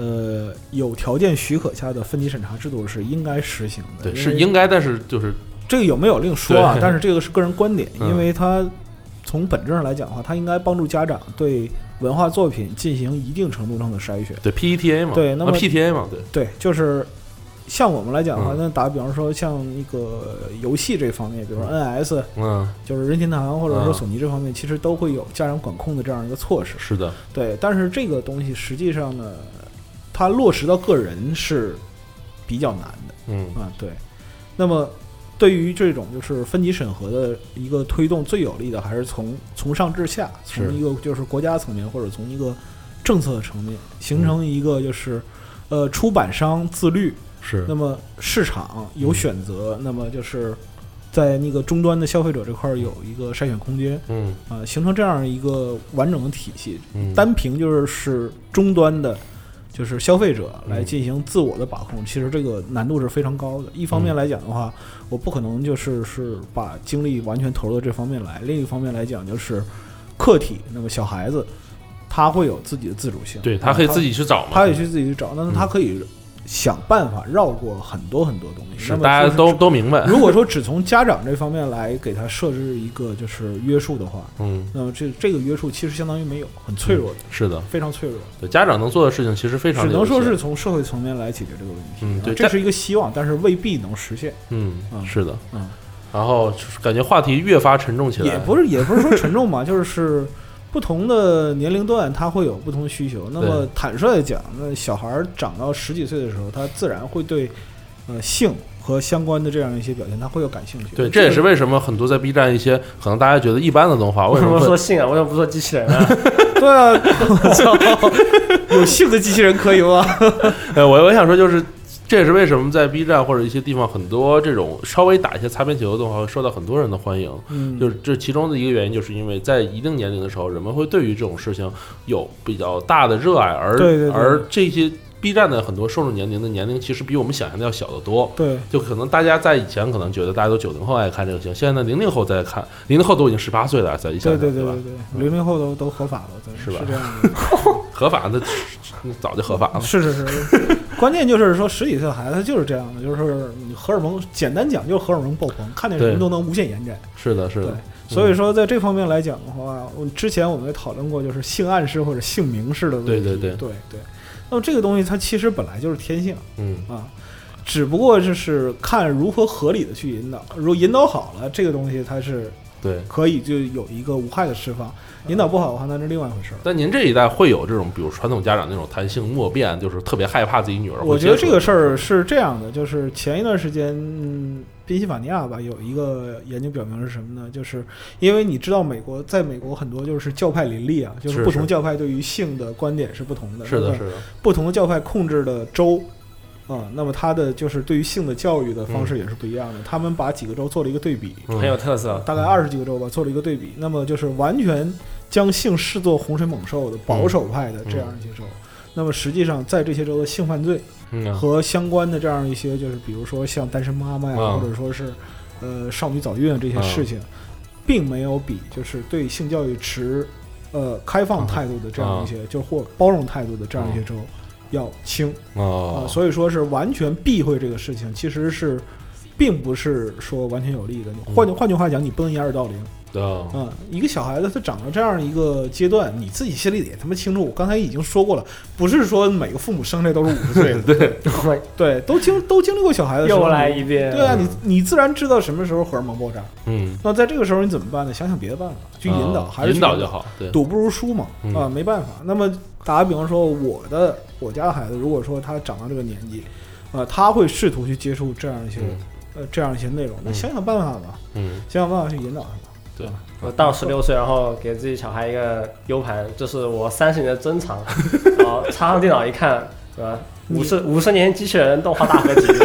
[SPEAKER 5] 呃，有条件许可下的分级审查制度是应该实行的，
[SPEAKER 3] 对，
[SPEAKER 5] 因
[SPEAKER 3] 是
[SPEAKER 5] 为
[SPEAKER 3] 应该，但是就是
[SPEAKER 5] 这个有没有另说啊
[SPEAKER 3] 对？
[SPEAKER 5] 但是这个是个人观点，
[SPEAKER 3] 嗯
[SPEAKER 5] 因为它从本质上来讲的话，它应该帮助家长对文化作品进行一定程度上的筛选。
[SPEAKER 3] 对 PETA 嘛，
[SPEAKER 5] 对那么
[SPEAKER 3] 啊 PTA 嘛，对，
[SPEAKER 5] 对，就是像我们来讲的话
[SPEAKER 3] 嗯，
[SPEAKER 5] 那打个比方说，像那个游戏这方面，比如说 NS，
[SPEAKER 3] 嗯，
[SPEAKER 5] 就是任天堂或者
[SPEAKER 3] 嗯
[SPEAKER 5] 说索尼这方面，其实都会有家长管控的这样一个措施。
[SPEAKER 3] 是的，
[SPEAKER 5] 对，但是这个东西实际上呢，它落实到个人是比较难的。
[SPEAKER 3] 嗯
[SPEAKER 5] 啊，对。那么对于这种就是分级审核的一个推动，最有利的还是从从上至下，
[SPEAKER 3] 是
[SPEAKER 5] 从一个就是国家层面或者从一个政策层面，形
[SPEAKER 3] 嗯
[SPEAKER 5] 成一个就是呃出版商自律，
[SPEAKER 3] 是嗯
[SPEAKER 5] 那么市场有选择，那么就是。在那个终端的消费者这块儿有一个筛选空间
[SPEAKER 3] 嗯
[SPEAKER 5] 啊、形成这样一个完整的体系。
[SPEAKER 3] 嗯，
[SPEAKER 5] 单凭就是使终端的，就是消费者来
[SPEAKER 3] 嗯
[SPEAKER 5] 进行自我的把控，其实这个难度是非常高的。一方面来讲的话，我不可能就是是把精力完全投入到这方面来；另一方面来讲，就是客体，那么小孩子他会有自己的自主性，
[SPEAKER 3] 对
[SPEAKER 5] 啊
[SPEAKER 3] 他可以自，己去找嘛，
[SPEAKER 5] 他也去自己去找，但是他
[SPEAKER 3] 嗯
[SPEAKER 5] 可以想办法绕过很多很多东西。
[SPEAKER 3] 是
[SPEAKER 5] 那么
[SPEAKER 3] 大
[SPEAKER 5] 就
[SPEAKER 3] 家
[SPEAKER 5] 是
[SPEAKER 3] 都都明白，
[SPEAKER 5] 如果说只从家长这方面来给他设置一个就是约束的话，
[SPEAKER 3] 嗯，
[SPEAKER 5] 那么这这个约束其实相当于没有，很脆弱的。
[SPEAKER 3] 是的，
[SPEAKER 5] 非常脆弱，
[SPEAKER 3] 对家长能做的事情其实非常
[SPEAKER 5] 只
[SPEAKER 3] 的有
[SPEAKER 5] 能说
[SPEAKER 3] 限
[SPEAKER 5] 是从社会层面来解决这个问题。
[SPEAKER 3] 嗯
[SPEAKER 5] 啊
[SPEAKER 3] 对
[SPEAKER 5] 这
[SPEAKER 3] 但
[SPEAKER 5] 是一个希望，但是未必能实现。
[SPEAKER 3] 嗯
[SPEAKER 5] 嗯
[SPEAKER 3] 是的
[SPEAKER 5] 嗯，
[SPEAKER 3] 然后就是感觉话题越发沉重起来，
[SPEAKER 5] 也不是也不是说沉重吧，就是不同的年龄段，他会有不同的需求。那么
[SPEAKER 3] 对
[SPEAKER 5] 坦率的讲，那小孩儿长到十几岁的时候，他自然会对呃性和相关的这样一些表现，他会有感兴趣。
[SPEAKER 3] 对，这也是
[SPEAKER 5] 为
[SPEAKER 3] 为什么很多在 B 站一些可能大家觉得一般的动画，为
[SPEAKER 4] 为
[SPEAKER 3] 什
[SPEAKER 4] 什
[SPEAKER 3] 么
[SPEAKER 4] 么
[SPEAKER 3] 会
[SPEAKER 4] 说性啊？为什么不说机器人啊？
[SPEAKER 5] 对啊，我操， 有性的机器人可以吗？
[SPEAKER 3] 呃，我我想说就是，这也是为什么在 B 站或者一些地方，很多这种稍微打一些擦边球的动画会受到很多人的欢迎。
[SPEAKER 5] 嗯，
[SPEAKER 3] 就是这其中的一个原因，就是因为在一定年龄的时候，人们会对于这种事情有比较大的热爱，而
[SPEAKER 5] 对对对
[SPEAKER 3] 而这些 B 站的很多受众年龄的年龄，其实比我们想象的要小得多。
[SPEAKER 5] 对，
[SPEAKER 3] 就可能大家在以前可能觉得大家都九零后爱看这个行，现在零零后在看，零零后都已经十八岁了，在一
[SPEAKER 5] 对
[SPEAKER 3] 想想
[SPEAKER 5] 对
[SPEAKER 3] 对
[SPEAKER 5] 对
[SPEAKER 3] 吧
[SPEAKER 5] 对？对，零零后都都合法了，对，
[SPEAKER 3] 是吧
[SPEAKER 5] 这样的。
[SPEAKER 3] 合法的早就合法了。
[SPEAKER 5] 是是 是，关键就是说十几岁的孩子他就是这样的，就是你荷尔蒙，简单讲就是荷尔蒙爆棚，看见什
[SPEAKER 3] 对
[SPEAKER 5] 么都能无限延展。
[SPEAKER 3] 是的，嗯是
[SPEAKER 5] 对
[SPEAKER 3] 的，，
[SPEAKER 5] 所以说在这方面来讲的话，我之前我们也讨论过，就是性暗示或者性明示的问题。
[SPEAKER 3] 对对对
[SPEAKER 5] 对对那么这个东西它其实本来就是天性
[SPEAKER 3] 嗯，
[SPEAKER 5] 啊，只不过就是看如何合理的去引导，如果引导好了，这个东西它是
[SPEAKER 3] 对。
[SPEAKER 5] 可以就有一个无害的释放；引导不好的话，那是另外一回事儿。
[SPEAKER 3] 但您这一代会有这种，比如传统家长那种谈性莫辩，就是特别害怕自己女儿会接触。
[SPEAKER 5] 我觉得这个事儿是这样的，就是前一段时间，嗯，宾夕法尼亚吧，有一个研究表明是什么呢？就是因为你知道，美国在美国很多就是教派林立啊，就是是不同
[SPEAKER 3] 是
[SPEAKER 5] 教派对于性的观点是不同的，
[SPEAKER 3] 是
[SPEAKER 5] 那
[SPEAKER 3] 的，
[SPEAKER 5] 么
[SPEAKER 3] 是的，
[SPEAKER 5] 不同的教派控制的州。啊、那么它的就是对于性的教育的方式也是不一样的。他们把几个州做了一个对比，
[SPEAKER 3] 嗯
[SPEAKER 4] 很有 特色。
[SPEAKER 5] 大概二十几个州吧，做了一个对比。那么就是完全将性视作洪水猛兽的保
[SPEAKER 3] 嗯
[SPEAKER 5] 守派的这样一些州。那么实际上，在这些州的性犯罪
[SPEAKER 3] 嗯啊
[SPEAKER 5] 和相关的这样一些，就是比如说像单身妈妈呀，
[SPEAKER 3] 啊
[SPEAKER 5] 或者说是呃少女早孕啊这些
[SPEAKER 3] 啊
[SPEAKER 5] 事情，并没有比就是对性教育持呃开放态度的这样一些，
[SPEAKER 3] 嗯
[SPEAKER 5] 就或包容态度的这样一些州要轻啊、
[SPEAKER 3] 哦，
[SPEAKER 5] 所以说是完全避讳这个事情，其实是。并不是说完全有利的，
[SPEAKER 3] 嗯
[SPEAKER 5] 换句换句话讲，你不能掩耳盗铃
[SPEAKER 3] 对啊
[SPEAKER 5] 啊、一个小孩子他长到这样一个阶段，你自己心里也他妈清楚。我刚才已经说过了，不是说每个父母生来都是五十岁的，对，都经都经历过小孩的时候，
[SPEAKER 4] 又来一遍。
[SPEAKER 5] 对啊，
[SPEAKER 3] 嗯
[SPEAKER 5] 你你自然知道什么时候荷尔蒙爆炸。
[SPEAKER 3] 嗯，
[SPEAKER 5] 那在这个时候你怎么办呢？想想别的办法，去嗯引导，
[SPEAKER 3] 啊
[SPEAKER 5] 还是去
[SPEAKER 3] 引导就。好，对，
[SPEAKER 5] 赌不如输嘛，
[SPEAKER 3] 嗯
[SPEAKER 5] 啊，没办法。那么打个比方说，我的我家的孩子，如果说他长到这个年纪，呃，他会试图去接触这样一些、
[SPEAKER 3] 嗯
[SPEAKER 5] 呃这样一些内容，那
[SPEAKER 3] 嗯
[SPEAKER 5] 想想办法吧，
[SPEAKER 3] 嗯，
[SPEAKER 5] 想想办法去引导他吧。
[SPEAKER 4] 我到十六岁，然后给自己小孩一个 U 盘，这是我三十年的珍藏。然后插上电脑一看，是吧？五十五十年机器人动画大合集，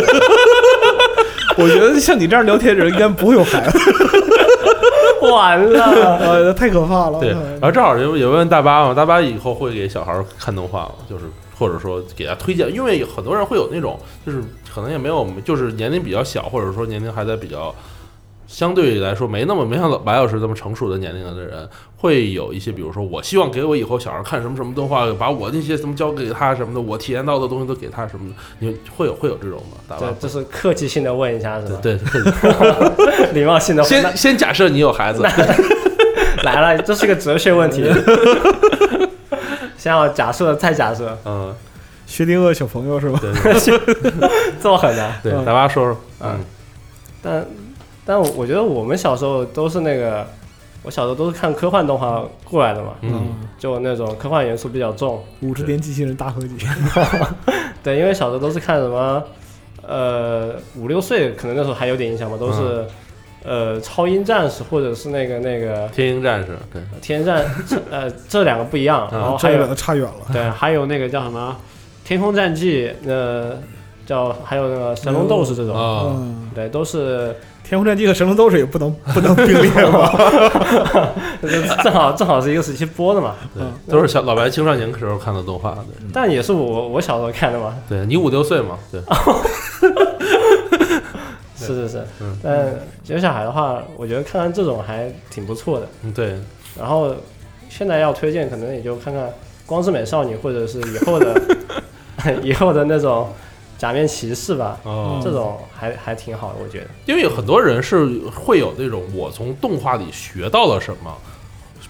[SPEAKER 5] 我觉得像你这样聊天的人应该不会有孩子，
[SPEAKER 4] 完了。
[SPEAKER 5] 呃，太可怕了。嗯
[SPEAKER 3] 对。然后正好也也问大巴嘛，大巴以后会给小孩儿看动画吗？就是或者说给他推荐，因为很多人会有那种，就是可能也没有，就是年龄比较小，或者说年龄还在比较。相对来说没那么没像白老师这么成熟的年龄的人，会有一些，比如说我希望给我以后小孩儿看什么什么动画，把我那些什么教给他什么的，我体验到的东西都给他什么的，你会有会有这种吗？大巴
[SPEAKER 4] 对，就是客气性的问一下，是吧？
[SPEAKER 3] 对对，
[SPEAKER 4] 礼貌性的问。
[SPEAKER 3] 先先假设你有孩子，
[SPEAKER 4] 来了，这是个哲学问 题。 先要假设，再假设，
[SPEAKER 3] 嗯，
[SPEAKER 5] 薛定谔小朋友是吧？
[SPEAKER 3] 对
[SPEAKER 4] 这么狠啊的。
[SPEAKER 3] 对，
[SPEAKER 5] 嗯
[SPEAKER 3] 大巴说说，
[SPEAKER 4] 嗯
[SPEAKER 3] 嗯
[SPEAKER 4] 但但我我觉得我们小时候都是那个，我小时候都是看科幻动画过来的嘛，
[SPEAKER 3] 嗯，
[SPEAKER 4] 就那种科幻元素比较重。
[SPEAKER 5] 五十年机器人大合集，
[SPEAKER 4] 对，因为小时候都是看什么，呃，五六岁可能那时候还有点印象吧，都
[SPEAKER 5] 嗯
[SPEAKER 4] 是、呃超音战士或者是那个那个
[SPEAKER 3] 天鹰战士，对，
[SPEAKER 4] 天战，呃这两个不一样，
[SPEAKER 3] 嗯
[SPEAKER 4] 然后还
[SPEAKER 5] 啊这
[SPEAKER 4] 有、
[SPEAKER 5] 个差远了。
[SPEAKER 4] 对还有那个叫什么天空战记，呃叫还有那个神龙斗士这种。
[SPEAKER 3] 啊，
[SPEAKER 5] 嗯，
[SPEAKER 4] 对，都是
[SPEAKER 5] 天空战记和神龙斗士也不能 不能并列吧？
[SPEAKER 4] 正好正好是一个时期播的嘛，
[SPEAKER 3] 对
[SPEAKER 5] 嗯，
[SPEAKER 3] 都是小老白青少年时候看的动画，对，
[SPEAKER 4] 但也是我我小时候看的嘛，
[SPEAKER 3] 对你五六岁嘛，对，
[SPEAKER 4] 是是是，
[SPEAKER 3] 嗯
[SPEAKER 4] 但有小孩的话，我觉得看看这种还挺不错的。
[SPEAKER 3] 嗯对，
[SPEAKER 4] 然后现在要推荐，可能也就看看《光之美少女》，或者是以后的以后的那种假面骑士吧，
[SPEAKER 3] 哦
[SPEAKER 4] 这种还还挺好的，我觉得。
[SPEAKER 3] 因为有很多人是会有那种我从动画里学到了什么，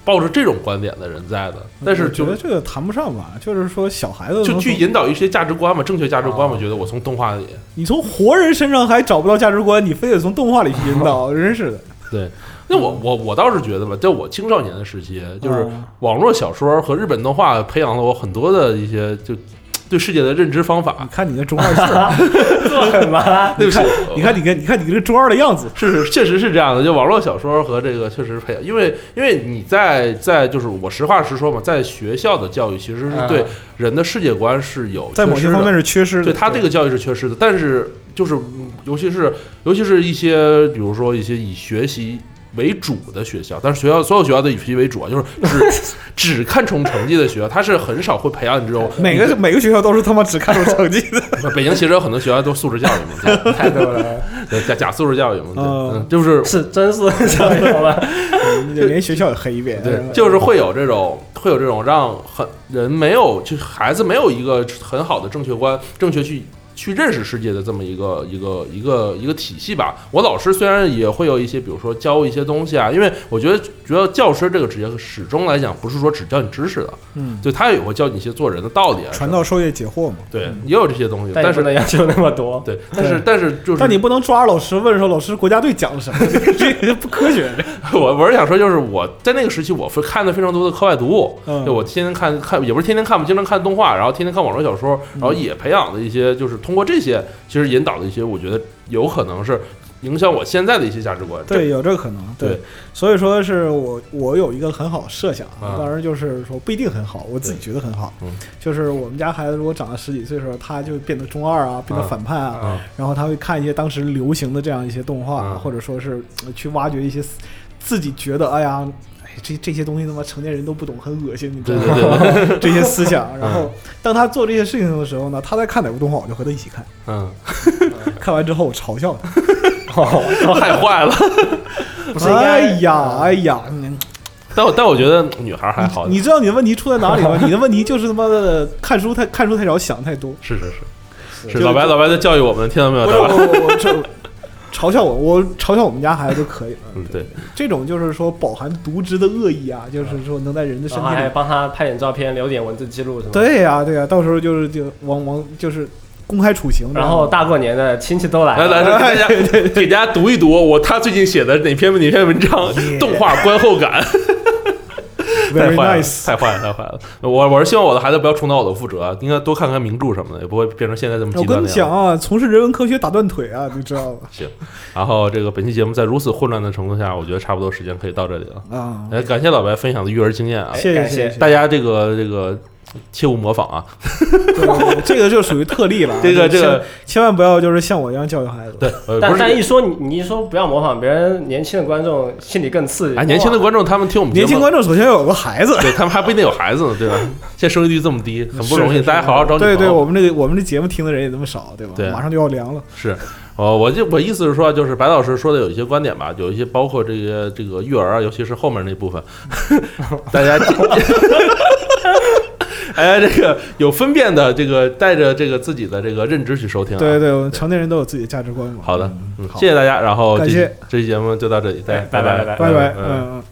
[SPEAKER 3] 抱着这种观点的人在的， 但
[SPEAKER 5] 嗯我
[SPEAKER 3] 是
[SPEAKER 5] 觉
[SPEAKER 3] 就
[SPEAKER 5] 得这个谈不上吧，就是说小孩子
[SPEAKER 3] 就
[SPEAKER 5] 能
[SPEAKER 3] 去
[SPEAKER 5] 从
[SPEAKER 3] 引导一些价值观嘛，正确价值观，
[SPEAKER 4] 哦
[SPEAKER 3] 我觉得我从动画里，
[SPEAKER 5] 你从活人身上还找不到价值观，你非得从动画里去引导，真是的。
[SPEAKER 3] 对，那我我我倒是觉得吧，在我青少年的时期，就是
[SPEAKER 5] 嗯
[SPEAKER 3] 网络小说和日本动画培养了我很多的一些就对世界的认知方
[SPEAKER 5] 你
[SPEAKER 3] 法。
[SPEAKER 5] 看你那中二劲 儿，
[SPEAKER 4] 做 什么？
[SPEAKER 3] 对不起，
[SPEAKER 5] 你看你跟你看你这个中二的样子，
[SPEAKER 3] 是是确实是这样的，就网络小说和这个确实培养，因为因为你在在就是我实话实说嘛，在学校的教育其实是对
[SPEAKER 4] 嗯
[SPEAKER 3] 人的世界观是有
[SPEAKER 5] 啊在某
[SPEAKER 3] 缺
[SPEAKER 5] 些
[SPEAKER 3] 失
[SPEAKER 5] 方
[SPEAKER 3] 的
[SPEAKER 5] 面是缺失的。
[SPEAKER 3] 对他这个教育是缺失的，但是就是嗯尤其是尤其是一些比如说一些以学习。为主的学校，但是学校所有学校都以学习为主啊，就是只 只看重成绩的学校，它是很少会培养你这种嗯
[SPEAKER 5] 每个每个学校都是他妈只看重成绩的。
[SPEAKER 3] 北京其实有很多学校都素质教育 嘛，
[SPEAKER 4] 太逗了，
[SPEAKER 3] 对假假素质教育嘛，对，
[SPEAKER 5] 哦
[SPEAKER 3] 嗯，就是
[SPEAKER 4] 是真是怎么了？
[SPEAKER 5] 你就连学校也黑一遍，
[SPEAKER 3] 对
[SPEAKER 5] 吧，
[SPEAKER 3] 就是会有这种会有这种让很人没有就孩子没有一个很好的正确观，正确去去认识世界的这么一个一个一个一个体系吧。我老师虽然也会有一些，比如说教一些东西啊，因为我觉得觉得教师这个职业始终来讲不是说只教你知识的，
[SPEAKER 5] 嗯，
[SPEAKER 3] 对他也会教你一些做人的道理啊，
[SPEAKER 5] 传道授业解惑嘛。
[SPEAKER 3] 对也有这些东西，
[SPEAKER 4] 但
[SPEAKER 3] 但
[SPEAKER 4] 是
[SPEAKER 3] 是
[SPEAKER 4] 呢，要求那 么多，
[SPEAKER 3] 对，但是但是就是
[SPEAKER 5] 但你不能抓老师问说老师国家队讲了什么， 这个就不科学。
[SPEAKER 3] 我我是想说，就是我在那个时期，我看的非常多的课外读物，
[SPEAKER 5] 嗯
[SPEAKER 3] 就我天天看看，也不是天天看吧，经常看动画，然后天天看网络小说，然
[SPEAKER 5] 嗯
[SPEAKER 3] 后也培养了一些，就是通过这些，其实引导的一些，我觉得有可能是影响我现在的一些价值观。
[SPEAKER 5] 对，有这个可能。
[SPEAKER 3] 对
[SPEAKER 5] 所以说是我我有一个很好的设想，
[SPEAKER 3] 啊
[SPEAKER 5] 当然就是说不一定很好，我自己觉得很好
[SPEAKER 3] 对嗯。
[SPEAKER 5] 就是我们家孩子如果长到十几岁的时候，他就变得中二啊，变得反叛
[SPEAKER 3] 这
[SPEAKER 5] 啊，
[SPEAKER 3] 啊，
[SPEAKER 5] 然后他会看一些当时流行的这样一些动画，
[SPEAKER 3] 啊
[SPEAKER 5] 或者说是呃去挖掘一些思自己觉得哎呀。哎这这些东西他妈成年人都不懂，很恶心，你知
[SPEAKER 3] 对
[SPEAKER 5] 道
[SPEAKER 3] 对
[SPEAKER 5] 吗？
[SPEAKER 3] 对 对，啊
[SPEAKER 5] 这些思想。然后当他做这些事情的时候呢，他在看哪部动画，我就和他一起 看。
[SPEAKER 3] 嗯，
[SPEAKER 5] 看完之后我嘲笑他，
[SPEAKER 3] 太坏了。
[SPEAKER 4] 不是应该
[SPEAKER 5] 哎
[SPEAKER 3] 啊
[SPEAKER 5] 呀哎呀，嗯
[SPEAKER 3] 但我但我觉得女孩还好，
[SPEAKER 5] 你知道你的问题出在哪里吗？ 你的问题就是他妈的看书太看书太少，想太多。
[SPEAKER 3] 是是是是，
[SPEAKER 5] 就
[SPEAKER 3] 老白老白在教育我们，听到没有？
[SPEAKER 5] 不
[SPEAKER 3] 对
[SPEAKER 5] 是我
[SPEAKER 3] 吧？
[SPEAKER 5] 我我这嘲笑我，我嘲笑我们家孩子就可以了。
[SPEAKER 3] 嗯，对，
[SPEAKER 5] 这种就是说饱含毒汁的恶意啊，就是说能在人的身
[SPEAKER 4] 然后
[SPEAKER 5] 体
[SPEAKER 4] 哦还
[SPEAKER 5] 里。
[SPEAKER 4] 帮他拍点照片，留点文字记录什么。。
[SPEAKER 5] 对呀、对呀、到时候就是就往往就是公开处刑，
[SPEAKER 4] 然后大过年的，亲戚都来
[SPEAKER 3] 来
[SPEAKER 4] 了，
[SPEAKER 3] 来来，给大 家给大家读一读我他最近写的哪篇哪篇文章，
[SPEAKER 5] Yeah
[SPEAKER 3] 动画观后感。
[SPEAKER 5] very
[SPEAKER 3] 太坏了
[SPEAKER 5] nice，
[SPEAKER 3] 太坏了，太坏了！我我是希望我的孩子不要重蹈我的覆辙，啊应该多看看名著什么的，也不会变成现在这么
[SPEAKER 5] 我
[SPEAKER 3] 极端
[SPEAKER 5] 跟你
[SPEAKER 3] 的
[SPEAKER 5] 讲
[SPEAKER 3] 样子。
[SPEAKER 5] 啊，从事人文科学打断腿啊，你知道吧？
[SPEAKER 3] 然后这个本期节目在如此混乱的程度下，我觉得差不多时间可以到这里了。
[SPEAKER 5] 啊，
[SPEAKER 3] 哎，感谢老白分享的育儿经验啊，
[SPEAKER 5] 谢谢
[SPEAKER 4] 感谢
[SPEAKER 5] 谢谢
[SPEAKER 3] 大家这个这个切勿模仿啊。
[SPEAKER 5] 对 对对这个就属于特例了啊，
[SPEAKER 3] 这个
[SPEAKER 5] 就
[SPEAKER 3] 这个
[SPEAKER 5] 千千万不要就是像我一样教育孩子。
[SPEAKER 3] 对，呃，
[SPEAKER 4] 但
[SPEAKER 3] 不
[SPEAKER 4] 但一
[SPEAKER 3] 是，
[SPEAKER 4] 说你你一说不要模仿别人，年轻的观众心里更刺激。
[SPEAKER 3] 哎，年轻的
[SPEAKER 4] 哇
[SPEAKER 3] 观众他们听我们节目
[SPEAKER 5] 年轻观众首先要有个孩子，
[SPEAKER 3] 对他们还不一定有孩子呢，对吧？现在生育率这么低，很不
[SPEAKER 5] 是
[SPEAKER 3] 容易，
[SPEAKER 5] 是是
[SPEAKER 3] 大家好好找女朋
[SPEAKER 5] 对
[SPEAKER 3] 友。
[SPEAKER 5] 对，我们这个我们这节目听的人也这么少，对吧？
[SPEAKER 3] 对
[SPEAKER 5] 马上就要凉了。
[SPEAKER 3] 是，呃，我就我意思是说，就是白老师说的有一些观点吧，有一些包括这个这个育儿啊，尤其是后面那部分， 大家记。 哎，这个有分辨的，这个带着这个自己的这个认知去收听、啊。
[SPEAKER 5] 对对，我们成年人都有自己的价值观嘛。
[SPEAKER 3] 好的，
[SPEAKER 5] 嗯
[SPEAKER 3] 嗯，
[SPEAKER 5] 好
[SPEAKER 3] 谢谢大家，然后
[SPEAKER 5] 感
[SPEAKER 3] 这
[SPEAKER 5] 谢
[SPEAKER 3] 这期节目就到这里，大家
[SPEAKER 4] 哎拜拜拜拜
[SPEAKER 5] 拜拜，
[SPEAKER 3] 嗯
[SPEAKER 5] 嗯嗯。